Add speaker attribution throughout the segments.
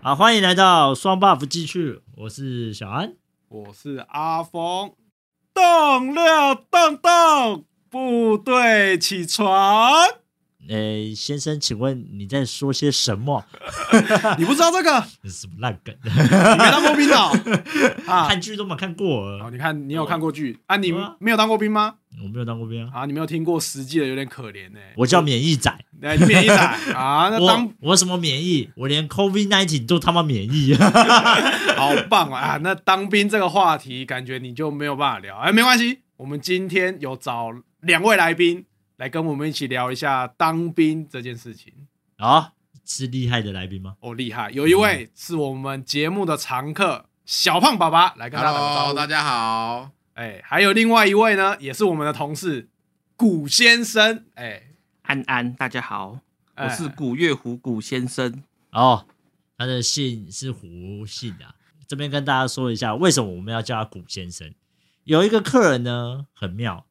Speaker 1: 好，欢迎来到双 buff 继续，我是小安。
Speaker 2: 我是阿峰，动六动动，部队起床！
Speaker 1: 诶，先生，请问你在说些什么？
Speaker 2: 你不知道这个？
Speaker 1: 这 是什么烂 梗？
Speaker 2: 你没当过兵的哦啊？
Speaker 1: 看剧都没看过
Speaker 2: 好，
Speaker 1: 了，
Speaker 2: 你看你有看过剧啊？你
Speaker 1: 有啊
Speaker 2: 没有当过兵吗？
Speaker 1: 我没有当过兵啊。
Speaker 2: 啊，你没有听过实际的，有点可怜欸呢。
Speaker 1: 我叫免疫仔，
Speaker 2: 哎，你免疫仔啊，那当
Speaker 1: 我我什么免疫？我连 COVID nineteen 都他妈免 疫。
Speaker 2: 好棒啊啊！那当兵这个话题，感觉你就没有办法聊。哎，没关系，我们今天有找两位来宾来跟我们一起聊一下当兵这件事情。
Speaker 1: 啊，是厉害的来宾吗？
Speaker 2: 哦，厉害！有一位是我们节目的常客小胖爸爸，来跟大家打个招
Speaker 3: Hello，
Speaker 2: 呼。
Speaker 3: 大家好，
Speaker 2: 哎，还有另外一位呢，也是我们的同事古先生。哎，
Speaker 4: 安安，大家好，
Speaker 2: 哎
Speaker 4: 我是古月虎古先生。
Speaker 1: 哦，他的姓是胡姓啊。这边跟大家说一下，为什么我们要叫他古先生？有一个客人呢，很妙，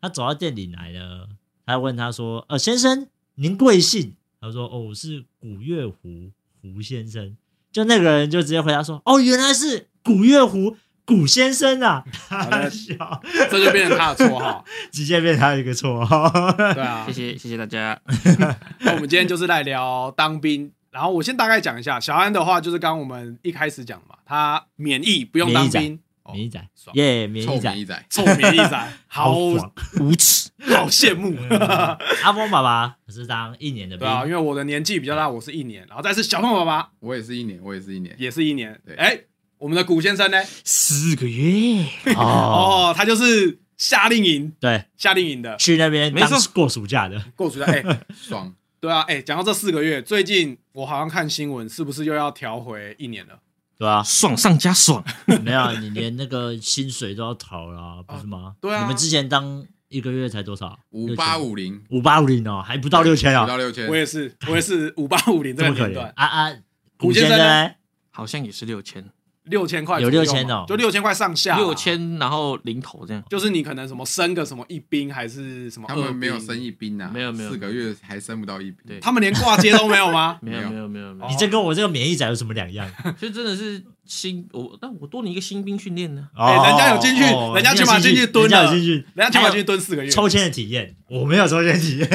Speaker 1: 他走到店里来呢，他问他说：“呃，先生，您贵姓？”他说：“哦，我是古月胡胡先生。”就那个人就直接回答说：“哦，原来是古月胡古先生啊！”
Speaker 2: 的
Speaker 1: 他 笑，
Speaker 2: 这就变成他的绰号。
Speaker 1: 直接变他一个绰号。
Speaker 2: 对啊
Speaker 4: 谢，谢谢谢大家。
Speaker 2: 那我们今天就是来聊当兵。然后我先大概讲一下，小安的话就是刚刚我们一开始讲嘛，他免疫不用当兵， 哦
Speaker 1: 免疫仔
Speaker 2: 爽，
Speaker 1: 耶，免
Speaker 3: 臭
Speaker 1: 疫仔
Speaker 3: 米，仔，
Speaker 2: 臭免疫 仔，好
Speaker 1: 爽
Speaker 4: 无耻，
Speaker 2: 好羡 慕。
Speaker 1: 阿峰爸爸可是当一年的兵
Speaker 2: 对，啊，因为我的年纪比较大，我是一年，然后再是小胖爸爸
Speaker 3: 我也是一年，我也是一年，
Speaker 2: 也是一年
Speaker 3: 对。
Speaker 2: 哎，我们的古先生呢？
Speaker 4: 四个月，
Speaker 1: 哦，
Speaker 2: 哦，他就是夏令营，
Speaker 1: 对，
Speaker 2: 夏令营的
Speaker 1: 去那边
Speaker 4: 没错
Speaker 1: 当过暑假的，
Speaker 2: 过 暑假。哎、
Speaker 3: 爽，
Speaker 2: 对啊，哎、讲到这四个月，最近我好像看新闻，是不是又要调回一年了？
Speaker 1: 对吧、
Speaker 4: 爽上加爽。
Speaker 1: 没有，啊你连那个薪水都要逃了、 不是吗？
Speaker 2: 对啊
Speaker 1: 你们之前当一个月才多少？
Speaker 3: 五八五零
Speaker 1: 五八五零哦，还不到六千
Speaker 3: 不
Speaker 1: 哦，
Speaker 3: 到六千
Speaker 2: 我，也是，我 也是五八五零这
Speaker 1: 这
Speaker 2: 个
Speaker 1: 么可
Speaker 2: 年
Speaker 1: 怜
Speaker 2: 段，
Speaker 1: 啊啊！
Speaker 2: 古先
Speaker 1: 先
Speaker 2: 生呢哦
Speaker 1: 呢？
Speaker 4: 好像也是六千，
Speaker 2: 六千块
Speaker 1: 有
Speaker 2: 左右嘛
Speaker 1: 6000哦
Speaker 2: 就六千块上下，
Speaker 4: 六，千，然后零头这样。
Speaker 2: 就是你可能什么升个什么一兵还是什么，
Speaker 3: 他们没有升，一兵啊，
Speaker 4: 没有没有
Speaker 3: 四个月还升不到一兵，
Speaker 4: 对？
Speaker 2: 他们连挂街都没有吗
Speaker 4: 没
Speaker 3: 没
Speaker 4: 有哦
Speaker 3: 有
Speaker 4: 没有没有没
Speaker 2: 哦
Speaker 4: 有，
Speaker 1: 你这跟我这个免疫仔有什么 两样？
Speaker 4: 就真的是新我，但我多你一个新兵训练呢。
Speaker 1: 哦，
Speaker 2: 哎人家有进去
Speaker 1: 哦
Speaker 2: 人家起码进去蹲
Speaker 1: 人家
Speaker 2: 了
Speaker 1: 有进去，
Speaker 2: 人家起码去
Speaker 1: 还
Speaker 2: 蹲四个月
Speaker 1: 有，抽签的体验，我没有抽签体验，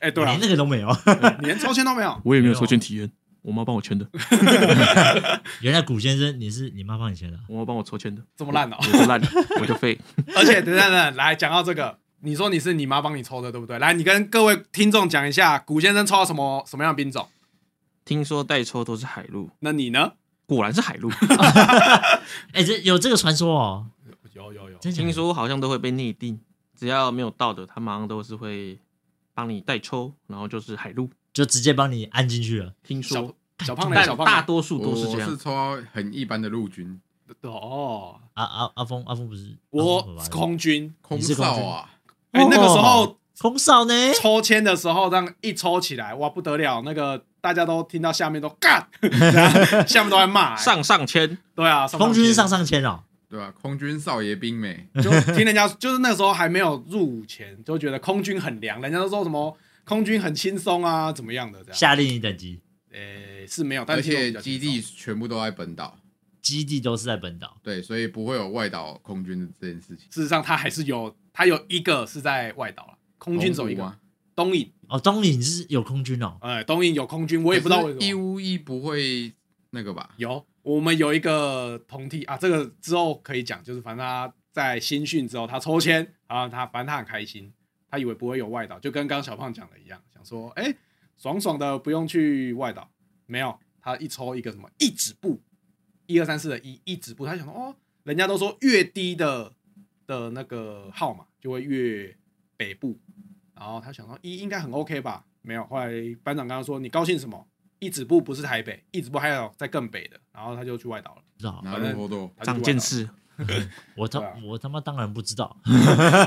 Speaker 2: 哎、对 啊
Speaker 1: 连，那个都没有。
Speaker 2: 你 连抽签都没有，
Speaker 4: 我也
Speaker 1: 没有抽签
Speaker 4: 体验，我妈帮我签 的，
Speaker 1: 原来古先生你是你妈帮你签的啊，
Speaker 4: 我妈帮我抽签的，
Speaker 2: 这 么烂哦、
Speaker 4: 我就烂， 我就废。
Speaker 2: 而且等等等等，来讲到这个，你说你是你妈帮你抽的，对不对？来，你跟各位听众讲一下，古先生抽到什么什么样的兵种？
Speaker 4: 听说代抽都是海陆，
Speaker 2: 那你呢？
Speaker 4: 果然是海 陆。
Speaker 1: 哎，这有这个传说哦，
Speaker 2: 有有有，
Speaker 1: 真假的
Speaker 4: 听说好像都会被内定，只要没有到的，他马上都是会帮你代抽，然后就是海陆。
Speaker 1: 就直接帮你按进去了。
Speaker 4: 听
Speaker 2: 小
Speaker 4: 说，
Speaker 2: 小胖呢？
Speaker 4: 但
Speaker 2: 小胖呢
Speaker 4: 大多数
Speaker 3: 我
Speaker 4: 都是这
Speaker 3: 我是
Speaker 4: 样。
Speaker 3: 抽到很一般的陆军
Speaker 2: 哦，
Speaker 1: 阿啊阿阿峰阿峰不是阿峰
Speaker 2: 我
Speaker 1: 爸爸
Speaker 2: 空军，
Speaker 3: 空
Speaker 1: 你是空军
Speaker 3: 少啊，
Speaker 2: 哎、
Speaker 1: 哦
Speaker 2: 那个时候
Speaker 1: 空少呢？
Speaker 2: 抽签的时候，让一抽起来，哇，不得了，那个大家都听到下面都干， 下面都在骂、哎
Speaker 4: 上上签，
Speaker 2: 对啊，上
Speaker 1: 空军是上
Speaker 2: 上
Speaker 1: 上签哦，
Speaker 3: 对吧？空军少爷兵美，
Speaker 2: 签就听人家，就是那时候还没有入伍前，就觉得空军很凉，人家都说什么空军很轻松啊，怎么样的这样，
Speaker 1: 夏令营等级，
Speaker 2: 呃、是没有，但
Speaker 3: 而
Speaker 2: 听说
Speaker 3: 且
Speaker 2: 比较
Speaker 3: 基
Speaker 2: 轻松
Speaker 3: 地全部都在本岛，
Speaker 1: 基地都是在本岛。
Speaker 3: 对，所以不会有外岛空军的这件事情。
Speaker 2: 事实上他还是有，他有一个是在外岛了，空军走一
Speaker 3: 澎湖
Speaker 2: 个
Speaker 3: 啊，
Speaker 2: 东引，
Speaker 1: 哦，东引是有空军哦，
Speaker 2: 哎、东引有空军，我也不知道为
Speaker 3: 可是义
Speaker 2: 什么
Speaker 3: 乌义不会那个吧？
Speaker 2: 有。我们有一个同替啊，这个之后可以讲，就是反正他在新训之后，他抽签啊，他反正他很开心，他以为不会有外岛，就跟刚刚小胖讲的一样，想说哎、爽爽的不用去外岛，没有，他一抽一个什么一指部，一二三四的一一指部，他想说哦，人家都说越低的的那个号码就会越北部，然后他想说一应该很 OK 吧，没有，后来班长跟他说你高兴什么？一指部不是台北，一指部还有在更北的，然后他就去外岛了，
Speaker 1: 不知道。
Speaker 3: 拿路波多，
Speaker 2: 他就去外岛
Speaker 4: 长见，识，
Speaker 1: 我他
Speaker 2: 对啊
Speaker 1: 我他妈当然不知道，
Speaker 2: 对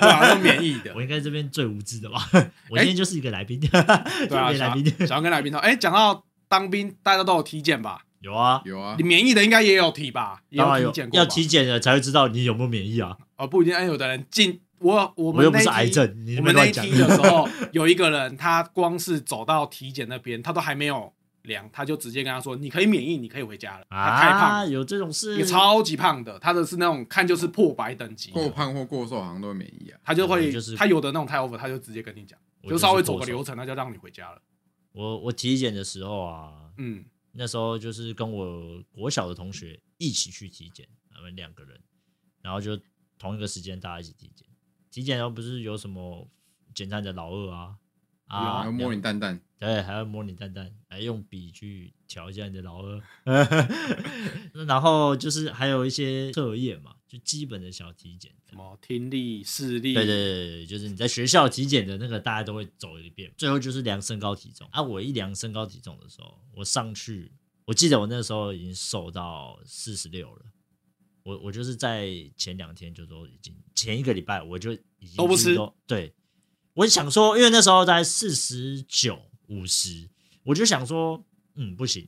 Speaker 2: 啊，都免疫的
Speaker 1: 我，应该这边最无知的吧？ 我今天就是一个来宾，
Speaker 2: 对啊，
Speaker 1: 特别来宾
Speaker 2: 想想要跟来宾说，哎，讲到当兵，大家都有体检吧？
Speaker 1: 有啊，
Speaker 3: 有啊
Speaker 2: 你，免疫的应该也有体吧？也
Speaker 1: 当然
Speaker 2: 体检过吧
Speaker 1: 要体检了才会知道你有没有免疫啊。
Speaker 2: 哦，不一定，哎，有的人进我我
Speaker 1: 我
Speaker 2: 们
Speaker 1: 又
Speaker 2: 那
Speaker 1: 不
Speaker 2: 一
Speaker 1: 是
Speaker 2: 梯
Speaker 1: 癌症，你
Speaker 2: 我
Speaker 1: 别
Speaker 2: 们那
Speaker 1: 乱
Speaker 2: 一
Speaker 1: 讲
Speaker 2: 梯。的时候，有一个人，他光是走到体检那边，他都还没有量，他就直接跟他说：“你可以免疫，你可以回家了。”他太胖
Speaker 1: 啊，
Speaker 2: 了，
Speaker 1: 有这种事
Speaker 2: 也，超级胖的，他的是那种看就是破百等级的，
Speaker 3: 过胖或过瘦好像都会免疫啊。
Speaker 2: 他就会、
Speaker 1: 嗯就是
Speaker 2: 他有的那种太 over，他就直接跟你讲，
Speaker 1: 我
Speaker 2: 就
Speaker 1: 就是
Speaker 2: 稍微走
Speaker 1: 过
Speaker 2: 个
Speaker 1: 瘦
Speaker 2: 流程，他就让你回家了。
Speaker 1: 我我体检的时候啊，
Speaker 2: 嗯，
Speaker 1: 那时候就是跟我国小的同学一起去体检，我们两个人，然后就同一个时间大家一起体检。体检然后不是有什么检查你的老二啊啊
Speaker 3: 然后，摸你蛋蛋，
Speaker 1: 对，还要摸你蛋蛋，还用笔去调一下你的老二。 然后就是还有一些测验嘛，就基本的小体检。
Speaker 2: 什么听力、视力，
Speaker 1: 对对对对，就是你在学校体检的那个，大家都会走一遍，最后就是量身高体重啊。我一量身高体重的时候，我上去，我记得我那时候已经瘦到四十六了。我我就是在前两天就都已经前一个礼拜我就已经
Speaker 2: 都不
Speaker 1: 几乎
Speaker 2: 吃
Speaker 1: 对，我想说，因为那时候大概四十九五十，我就想说，嗯，不行，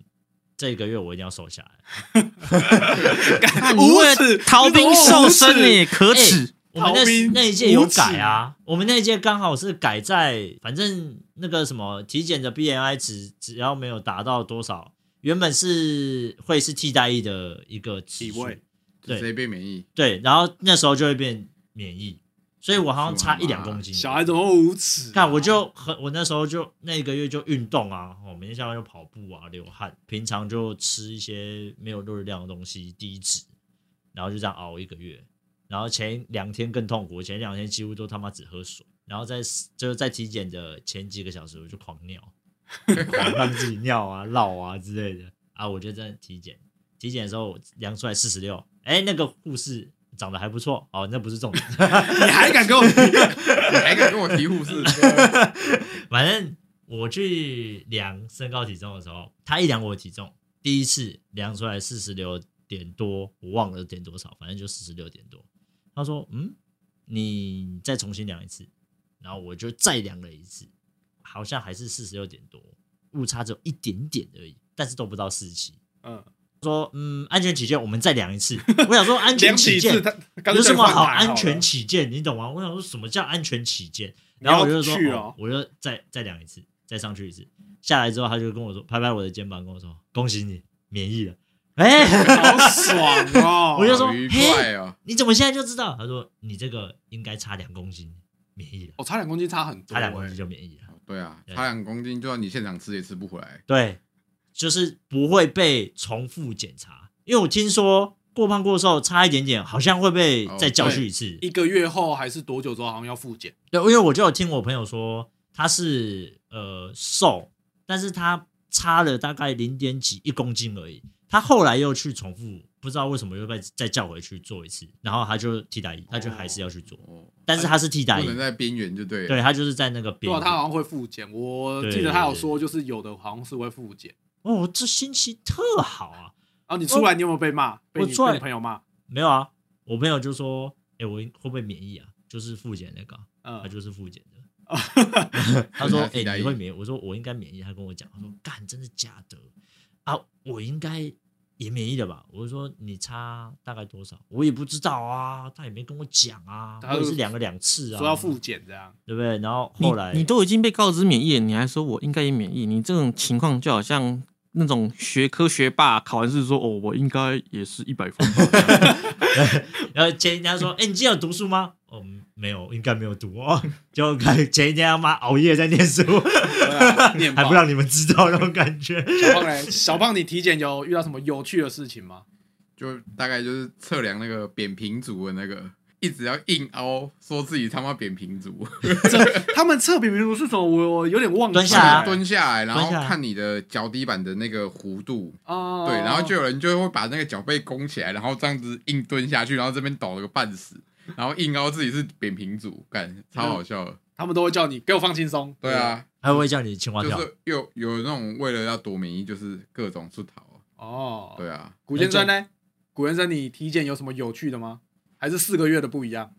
Speaker 1: 这一个月我一定要瘦下来。
Speaker 2: 干，
Speaker 4: 看
Speaker 2: 无
Speaker 4: 为
Speaker 2: 耻，
Speaker 4: 了逃
Speaker 2: 你
Speaker 4: 兵
Speaker 2: 怎么
Speaker 4: 瘦
Speaker 2: 无
Speaker 4: 身
Speaker 2: 耻
Speaker 4: 呢，可耻！哎
Speaker 1: 我们
Speaker 2: 逃
Speaker 1: 那
Speaker 2: 兵
Speaker 1: 那一届有
Speaker 2: 无耻
Speaker 1: 改啊，我们那一届刚好是改在，反正那个什么体检的 BMI 值只要没有达到多少，原本是会是替代役的一个指
Speaker 2: 体
Speaker 1: 数，
Speaker 2: 位
Speaker 3: 就
Speaker 1: 对
Speaker 3: 直接被 免疫。
Speaker 1: 对，然后那时候就会变免疫，所以我好像差
Speaker 3: 哇
Speaker 1: 一两公斤。
Speaker 2: 小孩怎么会无耻、啊？
Speaker 1: 看我就很，我那时候就那一个月就运动啊，我每天下班就跑步啊，流汗，平常就吃一些没有热量的东西，低脂，然后就这样熬一个月，然后前两天更痛苦，前两天几乎都他妈只喝水，然后在就是在体检的前几个小时我就狂尿， 狂让自己尿啊、绕啊之类的啊，我就在体检，体检的时候我量出来四十六，哎，那个护士长得还不错，哦，那不是重点。
Speaker 2: 你还 敢跟我比？
Speaker 3: 你还敢跟我提护士？
Speaker 1: 反正我去量身高体重的时候，他一量我的体重，第一次量出来四十六点多，我忘了点多少，反正就四十六点多。他说：“嗯，你再重新量一次。”然后我就再量了一次，好像还是四十六点多，误差只有一点点而已，但是都不到四十七。
Speaker 2: 嗯，
Speaker 1: 说：“嗯，安全起见，我们再量一次。”我想说，安全
Speaker 2: 量
Speaker 1: 起
Speaker 2: 体
Speaker 1: 见
Speaker 2: 字，他干脆
Speaker 1: 有什么
Speaker 2: 换台
Speaker 1: 好
Speaker 2: 好
Speaker 1: 安全
Speaker 2: 了
Speaker 1: 起见？你懂吗？我想说什么叫安全起见？
Speaker 2: 你
Speaker 1: 然后我
Speaker 2: 要
Speaker 1: 就说，
Speaker 2: 去
Speaker 1: 哦
Speaker 2: 哦
Speaker 1: 我就再再量一次，再上去一次。下来之后，他就跟我说，拍拍我的肩膀，跟我说：“恭喜你免疫了。”哎，
Speaker 2: 好爽哦！
Speaker 1: 我就说
Speaker 3: 好愉快哦，
Speaker 1: 你怎么现在就知道？他说：“你这个应该差两公斤免疫了，
Speaker 2: 我、哦差两公斤差很多、
Speaker 1: 差
Speaker 2: 欸，
Speaker 1: 两公斤就免疫了。
Speaker 3: 对啊，
Speaker 1: 对
Speaker 3: 差两公斤，就算你现场吃也吃不回来”。
Speaker 1: 对，就是不会被重复检查，因为我听说过胖过瘦差一点点，好像会被
Speaker 3: 哦
Speaker 1: 再教
Speaker 2: 对
Speaker 1: 训一次。
Speaker 2: 一个月后还是多久之后好像要复检？
Speaker 1: 对，因为我就有听我朋友说，他是呃瘦，但是他差了大概零点几一公斤而已。他后来又去重复，不知道为什么又被再叫回去做一次，然后他就替代役，他就还是要去做，
Speaker 3: 哦，
Speaker 1: 但是他是替代
Speaker 3: 不
Speaker 1: 役
Speaker 3: 能，在边缘就对了。
Speaker 1: 对他就是在那个
Speaker 2: 对
Speaker 1: 边
Speaker 2: 啊，
Speaker 1: 缘。
Speaker 2: 他好像会复检，我
Speaker 1: 对
Speaker 2: 记得他有说，就是有的好像是会复检。
Speaker 1: 哦，这心情特好啊！
Speaker 2: 然后你出来，你有没有被骂？被你
Speaker 1: 出来
Speaker 2: 被你朋友骂？
Speaker 1: 没有啊，我朋友就说，哎、我会不会免疫啊？就是复检那个啊、他
Speaker 2: 嗯，
Speaker 1: 就是复检 的。
Speaker 2: 哦
Speaker 1: 他说：“
Speaker 3: 替
Speaker 1: 哎、
Speaker 3: 代
Speaker 1: 你
Speaker 3: 役
Speaker 1: 会免疫？”我说：“我应该免疫。”他跟我讲，他说：“干，真的假的啊？我应该也免疫了吧？”我就说：“你差大概多少？我也不知道啊，他也没跟我讲啊，
Speaker 2: 他
Speaker 1: 我也
Speaker 2: 就是
Speaker 1: 量了两次啊，
Speaker 2: 说要复检 这样，
Speaker 1: 对不对？”然后
Speaker 4: 你
Speaker 1: 后来
Speaker 4: 你都已经被告知免疫了，你还说我应该也免疫，你这种情况就好像那种学科学霸考完试说哦，我应该也是一百分 吧。
Speaker 1: 然后前一天他说：“哎、你今天有读书吗？”哦，没有，应该没有读哦。 就看前一天他妈熬夜在念书，
Speaker 2: 对啊念
Speaker 1: 还
Speaker 2: 爆
Speaker 1: 不。让你们知道那种感觉。
Speaker 2: 小胖嘞，小胖，你体检有遇到什么有趣的事情吗？
Speaker 3: 就大概就是测量那个扁平足的那个，一直要硬凹，说自己他妈扁平 足，
Speaker 2: 这他们测扁平足是什么？我我有点忘记了。
Speaker 1: 蹲下啊
Speaker 3: 蹲下来，然后
Speaker 1: 蹲下来
Speaker 3: 看你的脚底板的那个弧度。
Speaker 2: 哦，
Speaker 3: 对，然后就有人就会把那个脚背弓起来，然后这样子硬蹲下去，然后这边抖了个半死，然后硬凹自己是扁平足，干超好笑的。
Speaker 2: 他们都会叫你给我放轻松。
Speaker 3: 对，啊，
Speaker 1: 还会叫你青蛙
Speaker 3: 就
Speaker 1: 跳，
Speaker 3: 是有有那种为了要躲免疫，就是各种出逃。啊
Speaker 2: 哦，
Speaker 3: 对啊，
Speaker 2: 古先生呢？古先生，你体检有什么有趣的吗？还是四个月的不一样？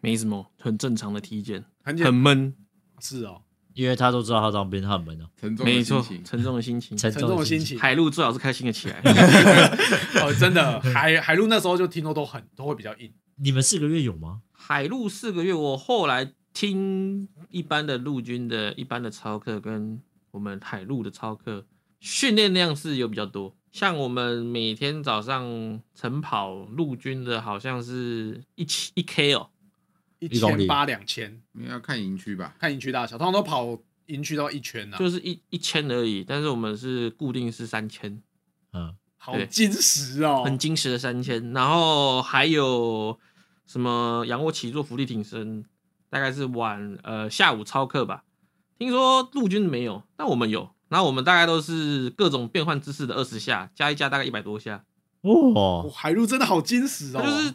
Speaker 4: 没什么，很正常的体检，
Speaker 2: 很简
Speaker 4: 很闷，
Speaker 2: 是哦，
Speaker 1: 因为他都知道他当兵，他很闷哦，
Speaker 3: 沉重
Speaker 4: 没
Speaker 3: 的心
Speaker 4: 错，
Speaker 3: 情。
Speaker 4: 沉重的心情。
Speaker 1: 沉
Speaker 2: 沉
Speaker 1: 重
Speaker 2: 重的
Speaker 1: 的
Speaker 2: 心
Speaker 1: 心情。
Speaker 2: 情。
Speaker 4: 海陆最好是开心的起来，
Speaker 2: 哦，真的，海海陆那时候就听说都很都会比较硬，
Speaker 1: 你们四个月有吗？
Speaker 4: 海陆四个月，我后来听一般的陆军的一般的操课跟我们海陆的操课，训练量是有比较多。像我们每天早上晨跑陆军的，好像是一七一 K 哦，
Speaker 2: 一
Speaker 1: 一公里
Speaker 2: 千八两千，
Speaker 3: 你要看营区吧？
Speaker 2: 看营区大小，通常都跑营区到一圈呐、啊，
Speaker 4: 就是一一千而已。但是我们是固定是三千，
Speaker 1: 嗯，
Speaker 2: 好矜持哦，
Speaker 4: 很矜持的三千。然后还有什么仰卧起坐、伏地挺身，大概是晚呃下午操课吧。听说陆军没有，但我们有。然后我们大概都是各种变换姿势的二十下，加一加大概一百多下。
Speaker 2: 我
Speaker 1: 哦，
Speaker 2: 海陆真的好矜持哦，
Speaker 4: 它就是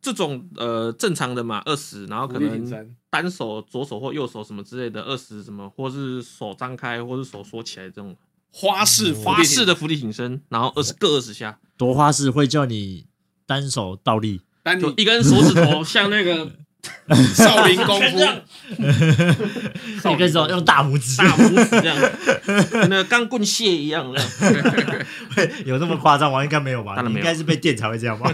Speaker 4: 这种呃正常的嘛，二十，然后
Speaker 2: 伏
Speaker 4: 可
Speaker 2: 地挺
Speaker 4: 能
Speaker 2: 身
Speaker 4: 单手左手或右手什么之类的，二十什么，或是手张开，或是手缩起来这种
Speaker 2: 花式伏地挺
Speaker 4: 花式的伏地挺身，然后二十各二十下，
Speaker 1: 夺花式会叫你单手倒立，
Speaker 2: 但
Speaker 4: 就
Speaker 2: 你
Speaker 4: 一根手指 头像那个
Speaker 2: 少林功
Speaker 4: 这样
Speaker 2: 夫，
Speaker 1: 一根手用大拇指，
Speaker 4: 大拇指这样，跟那个钢棍蟹一样这样。
Speaker 1: 有那么夸张吗？应该没有吧？
Speaker 4: 当然
Speaker 1: 你
Speaker 4: 没有
Speaker 1: 应该是被电才会这样吧？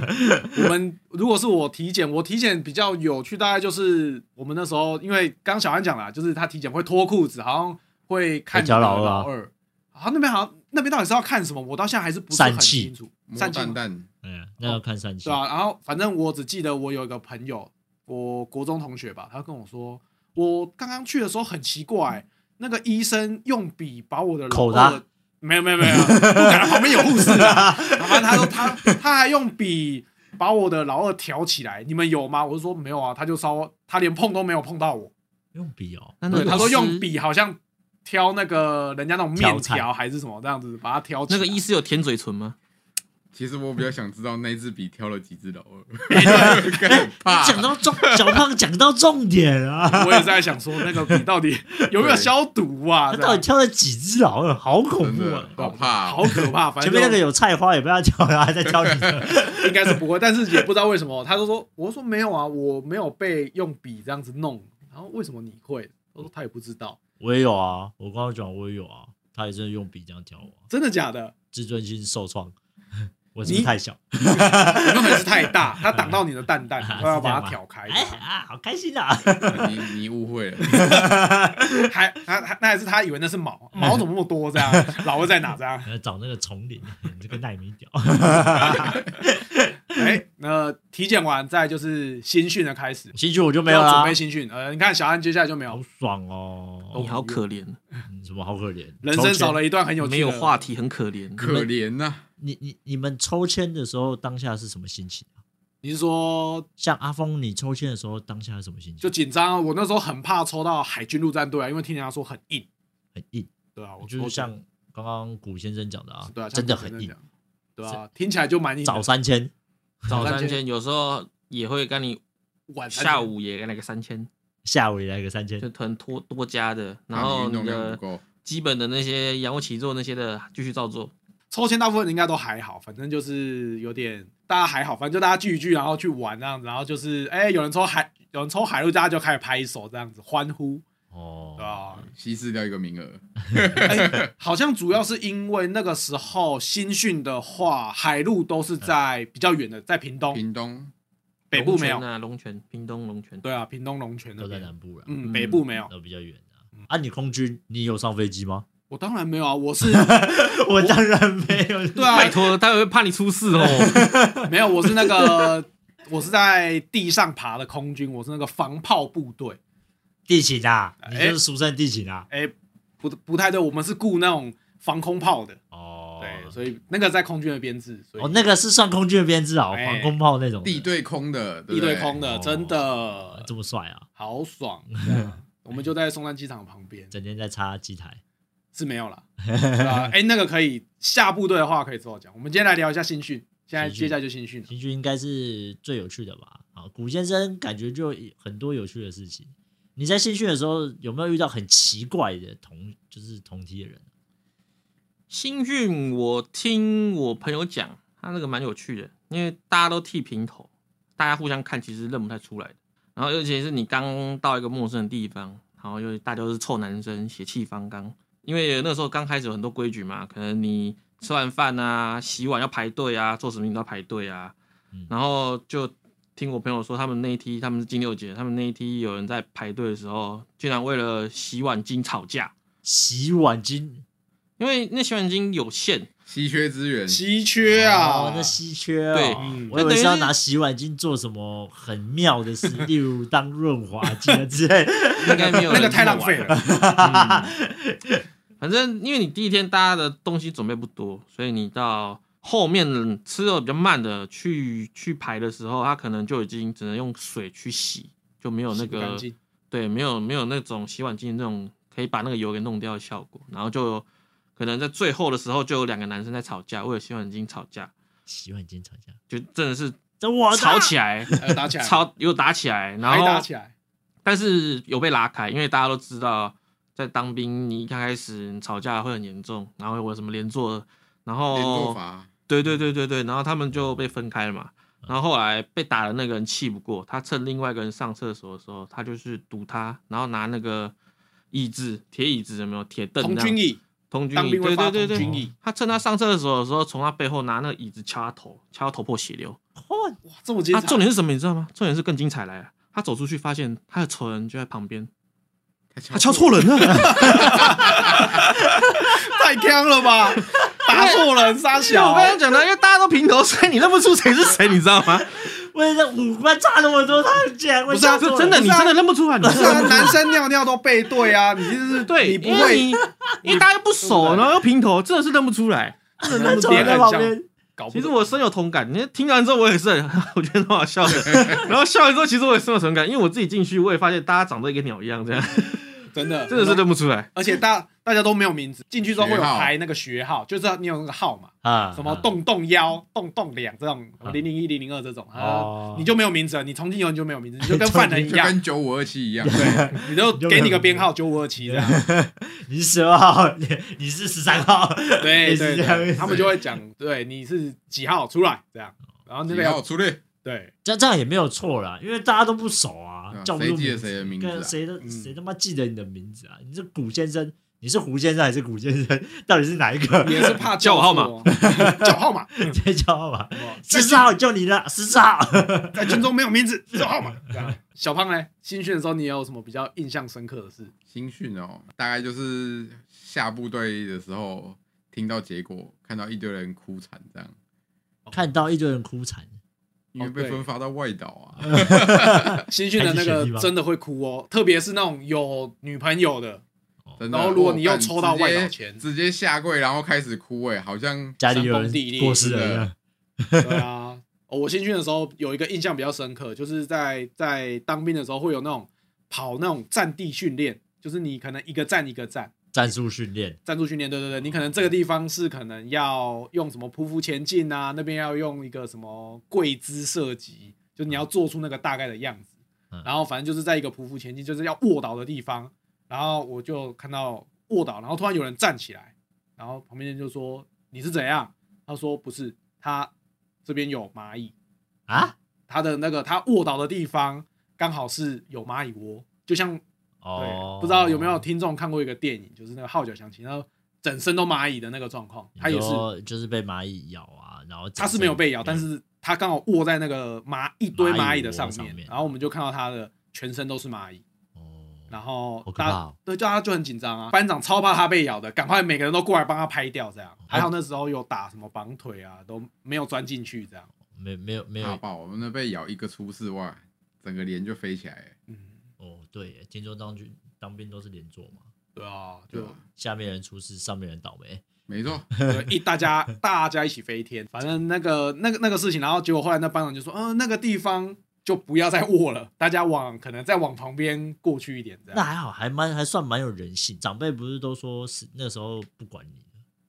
Speaker 2: 我们如果是我体检，我体检比较有趣，大概就是我们那时候，因为刚小安讲啦，就是他体检会脱裤子，好像会看
Speaker 1: 会教
Speaker 2: 你的
Speaker 1: 老二啊
Speaker 2: 老二，好那边好像那边到底是要看什么，我到现在还是不是很
Speaker 1: 疝气
Speaker 2: 清楚。
Speaker 3: 摸
Speaker 2: 疝气
Speaker 3: 蛋
Speaker 2: 吗
Speaker 3: 蛋，
Speaker 1: 嗯，那要看三七
Speaker 2: 对，啊，然后反正我只记得我有一个朋友，我国中同学吧，他跟我说，我刚刚去的时候很奇怪，
Speaker 4: 嗯
Speaker 2: 那个医生用笔把我的
Speaker 1: 口
Speaker 2: 他
Speaker 1: 他
Speaker 2: 没有没有没有，不敢旁边有护士啊，然后他说他他还用笔把我的老二挑起来，你们有吗？我就说没有啊，他就稍他连碰都没有碰到我，
Speaker 1: 用笔哦，
Speaker 4: 那
Speaker 2: 对，
Speaker 4: 个
Speaker 2: 他说
Speaker 4: 医师
Speaker 2: 用，笔好像挑那个人家那种面
Speaker 1: 挑菜
Speaker 2: 条还是什么这样子把它挑起
Speaker 4: 那
Speaker 2: 来，
Speaker 4: 个医师有舔嘴唇吗？
Speaker 3: 其实我比较想知道那支笔挑了几只老 二，干怕
Speaker 1: 讲到重，小胖讲到重点啊，
Speaker 2: 我也在想说那个笔到底 有没有消毒啊？
Speaker 1: 他
Speaker 2: 这样
Speaker 1: 到底挑了几只啊老二？好恐
Speaker 3: 真
Speaker 1: 怖
Speaker 3: 的
Speaker 1: 啊！
Speaker 3: 好怕
Speaker 2: 好
Speaker 3: 哦，
Speaker 2: 可怕。反
Speaker 1: 前
Speaker 2: 正
Speaker 1: 面那个有菜花也不要挑了，还在挑你的，
Speaker 2: 应该是不会，但是也不知道为什么，他就说，我说没有啊，我没有被用笔这样子弄，然后为什么你会？他说他也不知道，
Speaker 1: 我也有啊，我刚刚讲我也有啊，他也是用笔这样挑我啊，
Speaker 2: 真的假的？
Speaker 1: 自尊心受创， 我是不是
Speaker 2: 你
Speaker 1: 太小？
Speaker 2: 你可能是太 大，他挡到你的蛋蛋，
Speaker 1: 啊
Speaker 2: 他要把它挑开，
Speaker 1: 哎啊，好开心 啊！
Speaker 3: 你你误会了，
Speaker 2: 还还还那还是他以为那是毛，
Speaker 1: 嗯
Speaker 2: 毛怎么那么多这样？老二在哪这样？
Speaker 1: 呃找那个丛林，你这个耐米屌，
Speaker 2: 哎，那体检完再就是新训的开始，
Speaker 1: 兴趣我就没有
Speaker 2: 要准
Speaker 1: 啦
Speaker 2: 备，新训。呃，你看小安接下来就没
Speaker 1: 好
Speaker 2: 有，
Speaker 1: 爽哦
Speaker 4: 你，好可怜，
Speaker 1: 嗯什么好可怜，
Speaker 2: 人生
Speaker 1: 抽签
Speaker 2: 少了一段很有趣的
Speaker 4: 没有话题，很可怜。
Speaker 3: 可怜呐、
Speaker 1: 你你你们抽签的时候，当下是什么心情啊？
Speaker 2: 你是说
Speaker 1: 像阿峰，你抽签的时候，当下是什么心
Speaker 2: 就
Speaker 1: 情？
Speaker 2: 紧张啊？我那时候很怕抽到海军陆战队啊，因为听人家说很硬，
Speaker 1: 很硬，
Speaker 2: 对啊，我
Speaker 1: 就是
Speaker 2: 抽
Speaker 1: 像刚刚古先生讲的啊，
Speaker 2: 对啊，
Speaker 1: 真的很
Speaker 2: 硬
Speaker 1: 硬，，
Speaker 2: 对啊，听起来就蛮硬的。
Speaker 1: 早三千，
Speaker 4: 早
Speaker 2: 三
Speaker 4: 三
Speaker 2: 千
Speaker 4: 千有时候也会跟你
Speaker 2: 晚餐
Speaker 4: 下午也跟那个三千，
Speaker 1: 下午也来个三千
Speaker 4: 就，可能多多加的，然
Speaker 3: 啊怕你
Speaker 4: 后你
Speaker 3: 运动量不
Speaker 4: 的
Speaker 3: 够，
Speaker 4: 基本的那些仰卧起坐那些的继续照做。
Speaker 2: 抽签大部分应该都还好，反正就是有点大家还好，反正就大家聚一聚，然后去玩这样子，然后就是哎、有人抽海，有人抽海陆，大家就开始拍手这样子欢呼，对
Speaker 1: 哦，
Speaker 2: 啊吧、
Speaker 3: 稀释掉一个名额，
Speaker 2: 好像主要是因为那个时候新训的话，海陆都是在
Speaker 1: 嗯
Speaker 2: 比较远的，在屏东
Speaker 3: 屏东
Speaker 2: 北部没
Speaker 4: 龙泉
Speaker 2: 有，
Speaker 4: 啊，龙泉、屏东龙泉，
Speaker 2: 对啊，屏东龙泉那
Speaker 1: 都在
Speaker 2: 边，
Speaker 1: 南部了，
Speaker 2: 嗯，
Speaker 4: 嗯
Speaker 2: 北部没有，
Speaker 1: 都比较远啊。啊，你空军，你有上飞机吗？
Speaker 2: 我当然没有啊，我 是
Speaker 1: 我当然没有，
Speaker 2: 对啊，
Speaker 4: 拜托，他会怕你出事哦。
Speaker 2: 没有，我是那个， 我是在地上爬的空军，我是那个防炮部队。
Speaker 1: 地勤啊，
Speaker 2: 哎
Speaker 1: 你就是俗称地勤啊。
Speaker 2: 哎、不不太对，我们是雇那种防空炮的，
Speaker 1: 哦，
Speaker 2: 对，所以那个在空军的编制，所以
Speaker 1: 哦，那个是算空军的编制啊，
Speaker 2: 哎
Speaker 1: 防空炮那种的
Speaker 3: 地对空的，对
Speaker 2: 一
Speaker 3: 不对
Speaker 2: 对空的，
Speaker 1: 哦
Speaker 2: 真的
Speaker 1: 这么帅啊，
Speaker 2: 好 爽。这
Speaker 4: 嗯
Speaker 2: 样我们就在松山机场旁边，
Speaker 1: 整天在插机台。
Speaker 2: 是没有了。对 吧哎、那个可以下部队的话可以之后讲。我们今天来聊一下新训，现在
Speaker 1: 新训
Speaker 2: 接下来就新训了。
Speaker 1: 兴趣应该是最有趣的吧？啊，古先生感觉就很多有趣的事情。你在新训的时候有没有遇到很奇怪的同就是同梯的人？啊
Speaker 4: 新训我听我朋友讲，他那个蛮有趣的，因为大家都剃平头，大家互相看其实认不太出来的。然后尤其是你刚到一个陌生的地方，然后又大家都是臭男生，血气方刚。因为那时候刚开始有很多规矩嘛，可能你吃完饭啊、洗碗要排队啊，做什么你都要排队啊。
Speaker 1: 嗯
Speaker 4: 然后就听我朋友说，他们那一梯他们是金六姐，他们那一梯有人在排队的时候，竟然为了洗碗巾吵架。
Speaker 1: 洗碗巾
Speaker 4: 因为那洗碗巾有限，
Speaker 3: 稀缺资源，
Speaker 2: 稀缺啊
Speaker 1: 哦，那稀缺
Speaker 4: 对
Speaker 1: 哦。
Speaker 2: 嗯
Speaker 1: 我以为是要拿洗碗巾做什么很妙的事， 例如当润滑剂啊之类。
Speaker 4: 应该没有
Speaker 2: 那个
Speaker 4: 人
Speaker 2: 太
Speaker 4: 用
Speaker 2: 浪
Speaker 4: 完嗯
Speaker 2: 费了。
Speaker 4: 反正因为你第一天大家的东西准备不多，所以你到后面吃的比较慢的去去排的时候，它可能就已经只能用水去洗，就没有那
Speaker 2: 洗不干
Speaker 4: 个
Speaker 2: 净
Speaker 4: 对，没有没有那种洗碗巾那种可以把那个油给弄掉的效果。然后就可能在最后的时候，就有两个男生在吵架，为了洗碗巾吵架，
Speaker 1: 洗碗巾吵架，
Speaker 4: 就真的是
Speaker 2: 哦
Speaker 1: 这我的
Speaker 4: 吵起 来，
Speaker 2: 呃打起来，
Speaker 4: 吵又打起来，然
Speaker 2: 还打
Speaker 4: 后
Speaker 2: 起来，
Speaker 4: 但是有被拉开，因为大家都知道，在当兵你一开始你吵架会很严重，然后我什么连坐，然
Speaker 3: 连做
Speaker 4: 后
Speaker 3: 法，
Speaker 4: 对对对对对，然后他们就被分开了嘛。
Speaker 2: 嗯
Speaker 4: 然后后来被打的那个人气不过，他趁另外一个人上厕所的时候，他就是堵他，然后拿那个椅子、铁椅子有没有铁凳
Speaker 2: 童
Speaker 4: 这样
Speaker 2: 军椅，
Speaker 4: 童军
Speaker 2: 当
Speaker 4: 椅，
Speaker 2: 兵会
Speaker 4: 对
Speaker 2: 发
Speaker 4: 对
Speaker 2: 童
Speaker 4: 对对
Speaker 2: 军椅，
Speaker 4: 他趁他上厕所的时候，从他背后拿那个椅子敲他头，敲他头破血流。
Speaker 2: 哇，这么精
Speaker 4: 啊，
Speaker 2: 彩，
Speaker 4: 重点是什么？你知道吗？重点是更精彩来了，他走出去发现他的仇人就在旁边，
Speaker 3: 他
Speaker 4: 他敲错人 了。
Speaker 2: 太坑了吧，打错人，杀
Speaker 4: 就
Speaker 2: 小
Speaker 4: 我，刚刚讲的，因为大家都平头，所以你认不出谁是谁，你知道 吗？
Speaker 1: 为了五官差那么多，他竟然会
Speaker 2: 不是
Speaker 1: 这
Speaker 2: 啊
Speaker 1: 样
Speaker 4: 就
Speaker 1: 做
Speaker 4: 真的，
Speaker 1: 不
Speaker 4: 你
Speaker 1: 是啊
Speaker 4: 真的认不出来，你
Speaker 2: 不
Speaker 4: 真
Speaker 2: 是
Speaker 4: 的
Speaker 2: 啊
Speaker 4: 认，不出来
Speaker 2: 男生尿尿都背对啊，你就是
Speaker 4: 对，
Speaker 2: 你不
Speaker 4: 因为
Speaker 2: 会
Speaker 4: 你，因为大家又不熟，然后又平头，真的是认不出来。
Speaker 2: 真
Speaker 1: 他走在旁边，
Speaker 2: 搞不懂。
Speaker 4: 其实我深有同感，你听完之后我也是很， 我觉得很好笑的。 然后笑完之后，其实我也深有同感，因为我自己进去，我也发现大家长得跟鸟一样，这 样
Speaker 2: 真的
Speaker 4: 真的是认不出来。
Speaker 2: 而且大大家都没有名字，进去之后会有
Speaker 3: 学号
Speaker 2: 排那个学号，就知道你有那个号码，
Speaker 1: 啊
Speaker 2: 什么洞洞幺、洞洞两这种，
Speaker 4: 啊
Speaker 2: 零零一、零零二这种
Speaker 1: 哦
Speaker 2: 啊，你就没有名字了，你从今以后你就没有名 字，你就跟犯人一
Speaker 3: 就
Speaker 2: 样，
Speaker 3: 跟九五二七一样，
Speaker 2: 你就
Speaker 1: 你就没有
Speaker 2: 给你个编号九五二七这样，
Speaker 1: 你是十二号，你你是十三号，
Speaker 2: 对
Speaker 1: 类似
Speaker 2: 对
Speaker 1: 这样
Speaker 2: 对，他们就会讲，对你是几号出来这样，然后那
Speaker 3: 然后
Speaker 2: 个
Speaker 3: 出列，
Speaker 2: 对
Speaker 1: 这这样也没有错啦，因为大家都不熟啊
Speaker 3: 对，啊
Speaker 1: 叫不
Speaker 3: 谁
Speaker 1: 出
Speaker 3: 记
Speaker 1: 名
Speaker 3: 得
Speaker 1: 字，跟谁
Speaker 3: 谁的名字啊？
Speaker 1: 的
Speaker 2: 嗯
Speaker 1: 谁他妈记得你的名字啊？你是古先生，你是胡先生还是古先生？ 到底是哪一 个？
Speaker 2: 也是怕
Speaker 4: 叫我号码嗯
Speaker 2: 错， 叫我号码，
Speaker 1: 直接叫号码，
Speaker 2: 好不好
Speaker 1: 十四号就你了，十四 号。
Speaker 2: 在军中没有名字，叫号码。这样小胖呢？新训的时候你有什么比较印象深刻的 事？
Speaker 3: 新训哦，大概就是下部队的时候听到结果，看到一堆人哭惨这样，
Speaker 1: 看到一堆人哭惨，
Speaker 3: 因为
Speaker 2: 哦
Speaker 3: 被
Speaker 2: 对
Speaker 3: 分发到外 岛啊，
Speaker 2: 新训的那
Speaker 1: 还是选
Speaker 2: 个
Speaker 1: 地方
Speaker 2: 真的会哭哦，特别是那种有女朋友 的，
Speaker 3: 真的
Speaker 2: 然后如果你又
Speaker 3: 哦干
Speaker 2: 抽到外岛
Speaker 3: 直接
Speaker 2: 钱
Speaker 3: 直接下跪，然后开始哭，哎，好像
Speaker 1: 家里有
Speaker 2: 山崩地
Speaker 1: 人
Speaker 2: 裂
Speaker 1: 过世了
Speaker 3: 是的
Speaker 1: 一样，
Speaker 2: 对啊，哦我新训的时候有一个印象比较深刻，就是在在当兵的时候会有那种跑那种战地训练，就是你可能一个站一个站。
Speaker 1: 战术训练，
Speaker 2: 战术训练，对对对，你可能这个地方是可能要用什么匍匐前进啊，那边要用一个什么跪姿射击，就你要做出那个大概的样子。
Speaker 1: 嗯
Speaker 2: 然后反正就是在一个匍匐前进，就是要卧倒的地方，然后我就看到卧倒，然后突然有人站起来，然后旁边人就说你是怎样？他说不是，他这边有蚂蚁，
Speaker 1: 啊？
Speaker 2: 他的那个他卧倒的地方刚好是有蚂蚁窝，就像
Speaker 1: 哦
Speaker 2: 对，，不知道有没有听众看过一个电影，就是那个《号角响起》，然后整身都蚂蚁的那个状况，他也
Speaker 1: 你
Speaker 2: 是，
Speaker 1: 说就是被蚂蚁咬啊，然后
Speaker 2: 他是没有被咬，但
Speaker 1: 嗯
Speaker 2: 是他刚好卧在那个蚂一堆
Speaker 1: 蚂
Speaker 2: 蚂
Speaker 1: 蚁
Speaker 2: 蚁的
Speaker 1: 窝
Speaker 2: 上
Speaker 1: 上面
Speaker 2: 然后我们就看到他的全身都是蚂蚁，
Speaker 1: 哦，
Speaker 2: 然后
Speaker 1: 好可
Speaker 2: 大
Speaker 1: 怕
Speaker 2: 家、
Speaker 1: 哦
Speaker 2: 对，大家就很紧张啊，班长超怕他被咬的，赶快每个人都过来帮他拍掉，这样，
Speaker 1: 哦
Speaker 2: 还好那时候有打什么绑腿啊，都没有钻进去这样，
Speaker 1: 没没有没
Speaker 3: 怕
Speaker 1: 有
Speaker 3: 啊爆，我们那被咬一个出事哇，整个脸就飞起来，哎
Speaker 2: 嗯，
Speaker 1: 哦，对耶，听说当军当兵都是连坐嘛，
Speaker 2: 对啊，
Speaker 3: 对
Speaker 2: 就
Speaker 3: 吧？
Speaker 1: 下面人出事，上面人倒霉，
Speaker 3: 没错，
Speaker 2: 对一大家大家一起飞天，反正那个那个那个事情，然后结果后来那班长就说，嗯、那个地方就不要再握了，大家往可能再往旁边过去一点这
Speaker 1: 那
Speaker 2: 样。
Speaker 1: 还好，还蛮还算蛮有人性。长辈不是都说是那时候不管你，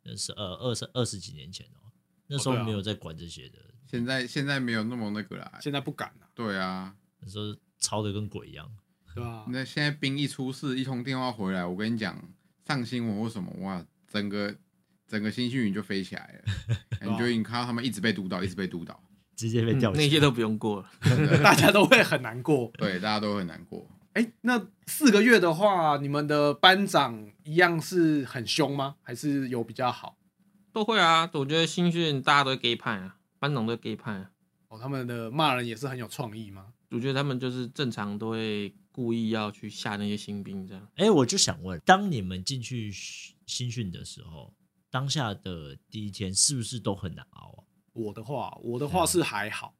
Speaker 1: 那是呃二十二十几年前哦，那时候
Speaker 2: 哦对啊
Speaker 1: 没有在管这些的，
Speaker 3: 现在现在没有那么那个啦，
Speaker 2: 现在不敢了、
Speaker 3: 对啊，
Speaker 1: 那时候操的跟鬼一样。
Speaker 2: 对吧、
Speaker 3: 那现在兵一出事，一通电话回来，我跟你讲，上新闻或什么，哇，整个整个新训营就飞起来了，你就你看到他们一直被督导，一直被督导，
Speaker 1: 直接被吊
Speaker 4: 嗯
Speaker 1: 起来
Speaker 4: 那些都不用过了，
Speaker 3: 真 的
Speaker 2: 大家都会很难过。
Speaker 3: 对，大家都很难过。
Speaker 2: 哎、那四个月的话，你们的班长一样是很凶吗？还是有比较好？
Speaker 4: 都会啊。我觉得新训大家都 gay 派啊，班长都 gay 派啊。
Speaker 2: 哦，他们的骂人也是很有创意吗？
Speaker 4: 我觉得他们就是正常都会故意要去吓那些新兵这样。
Speaker 1: 哎、我就想问，当你们进去新训的时候，当下的第一天是不是都很难熬啊？
Speaker 2: 我的话，我的话是还好，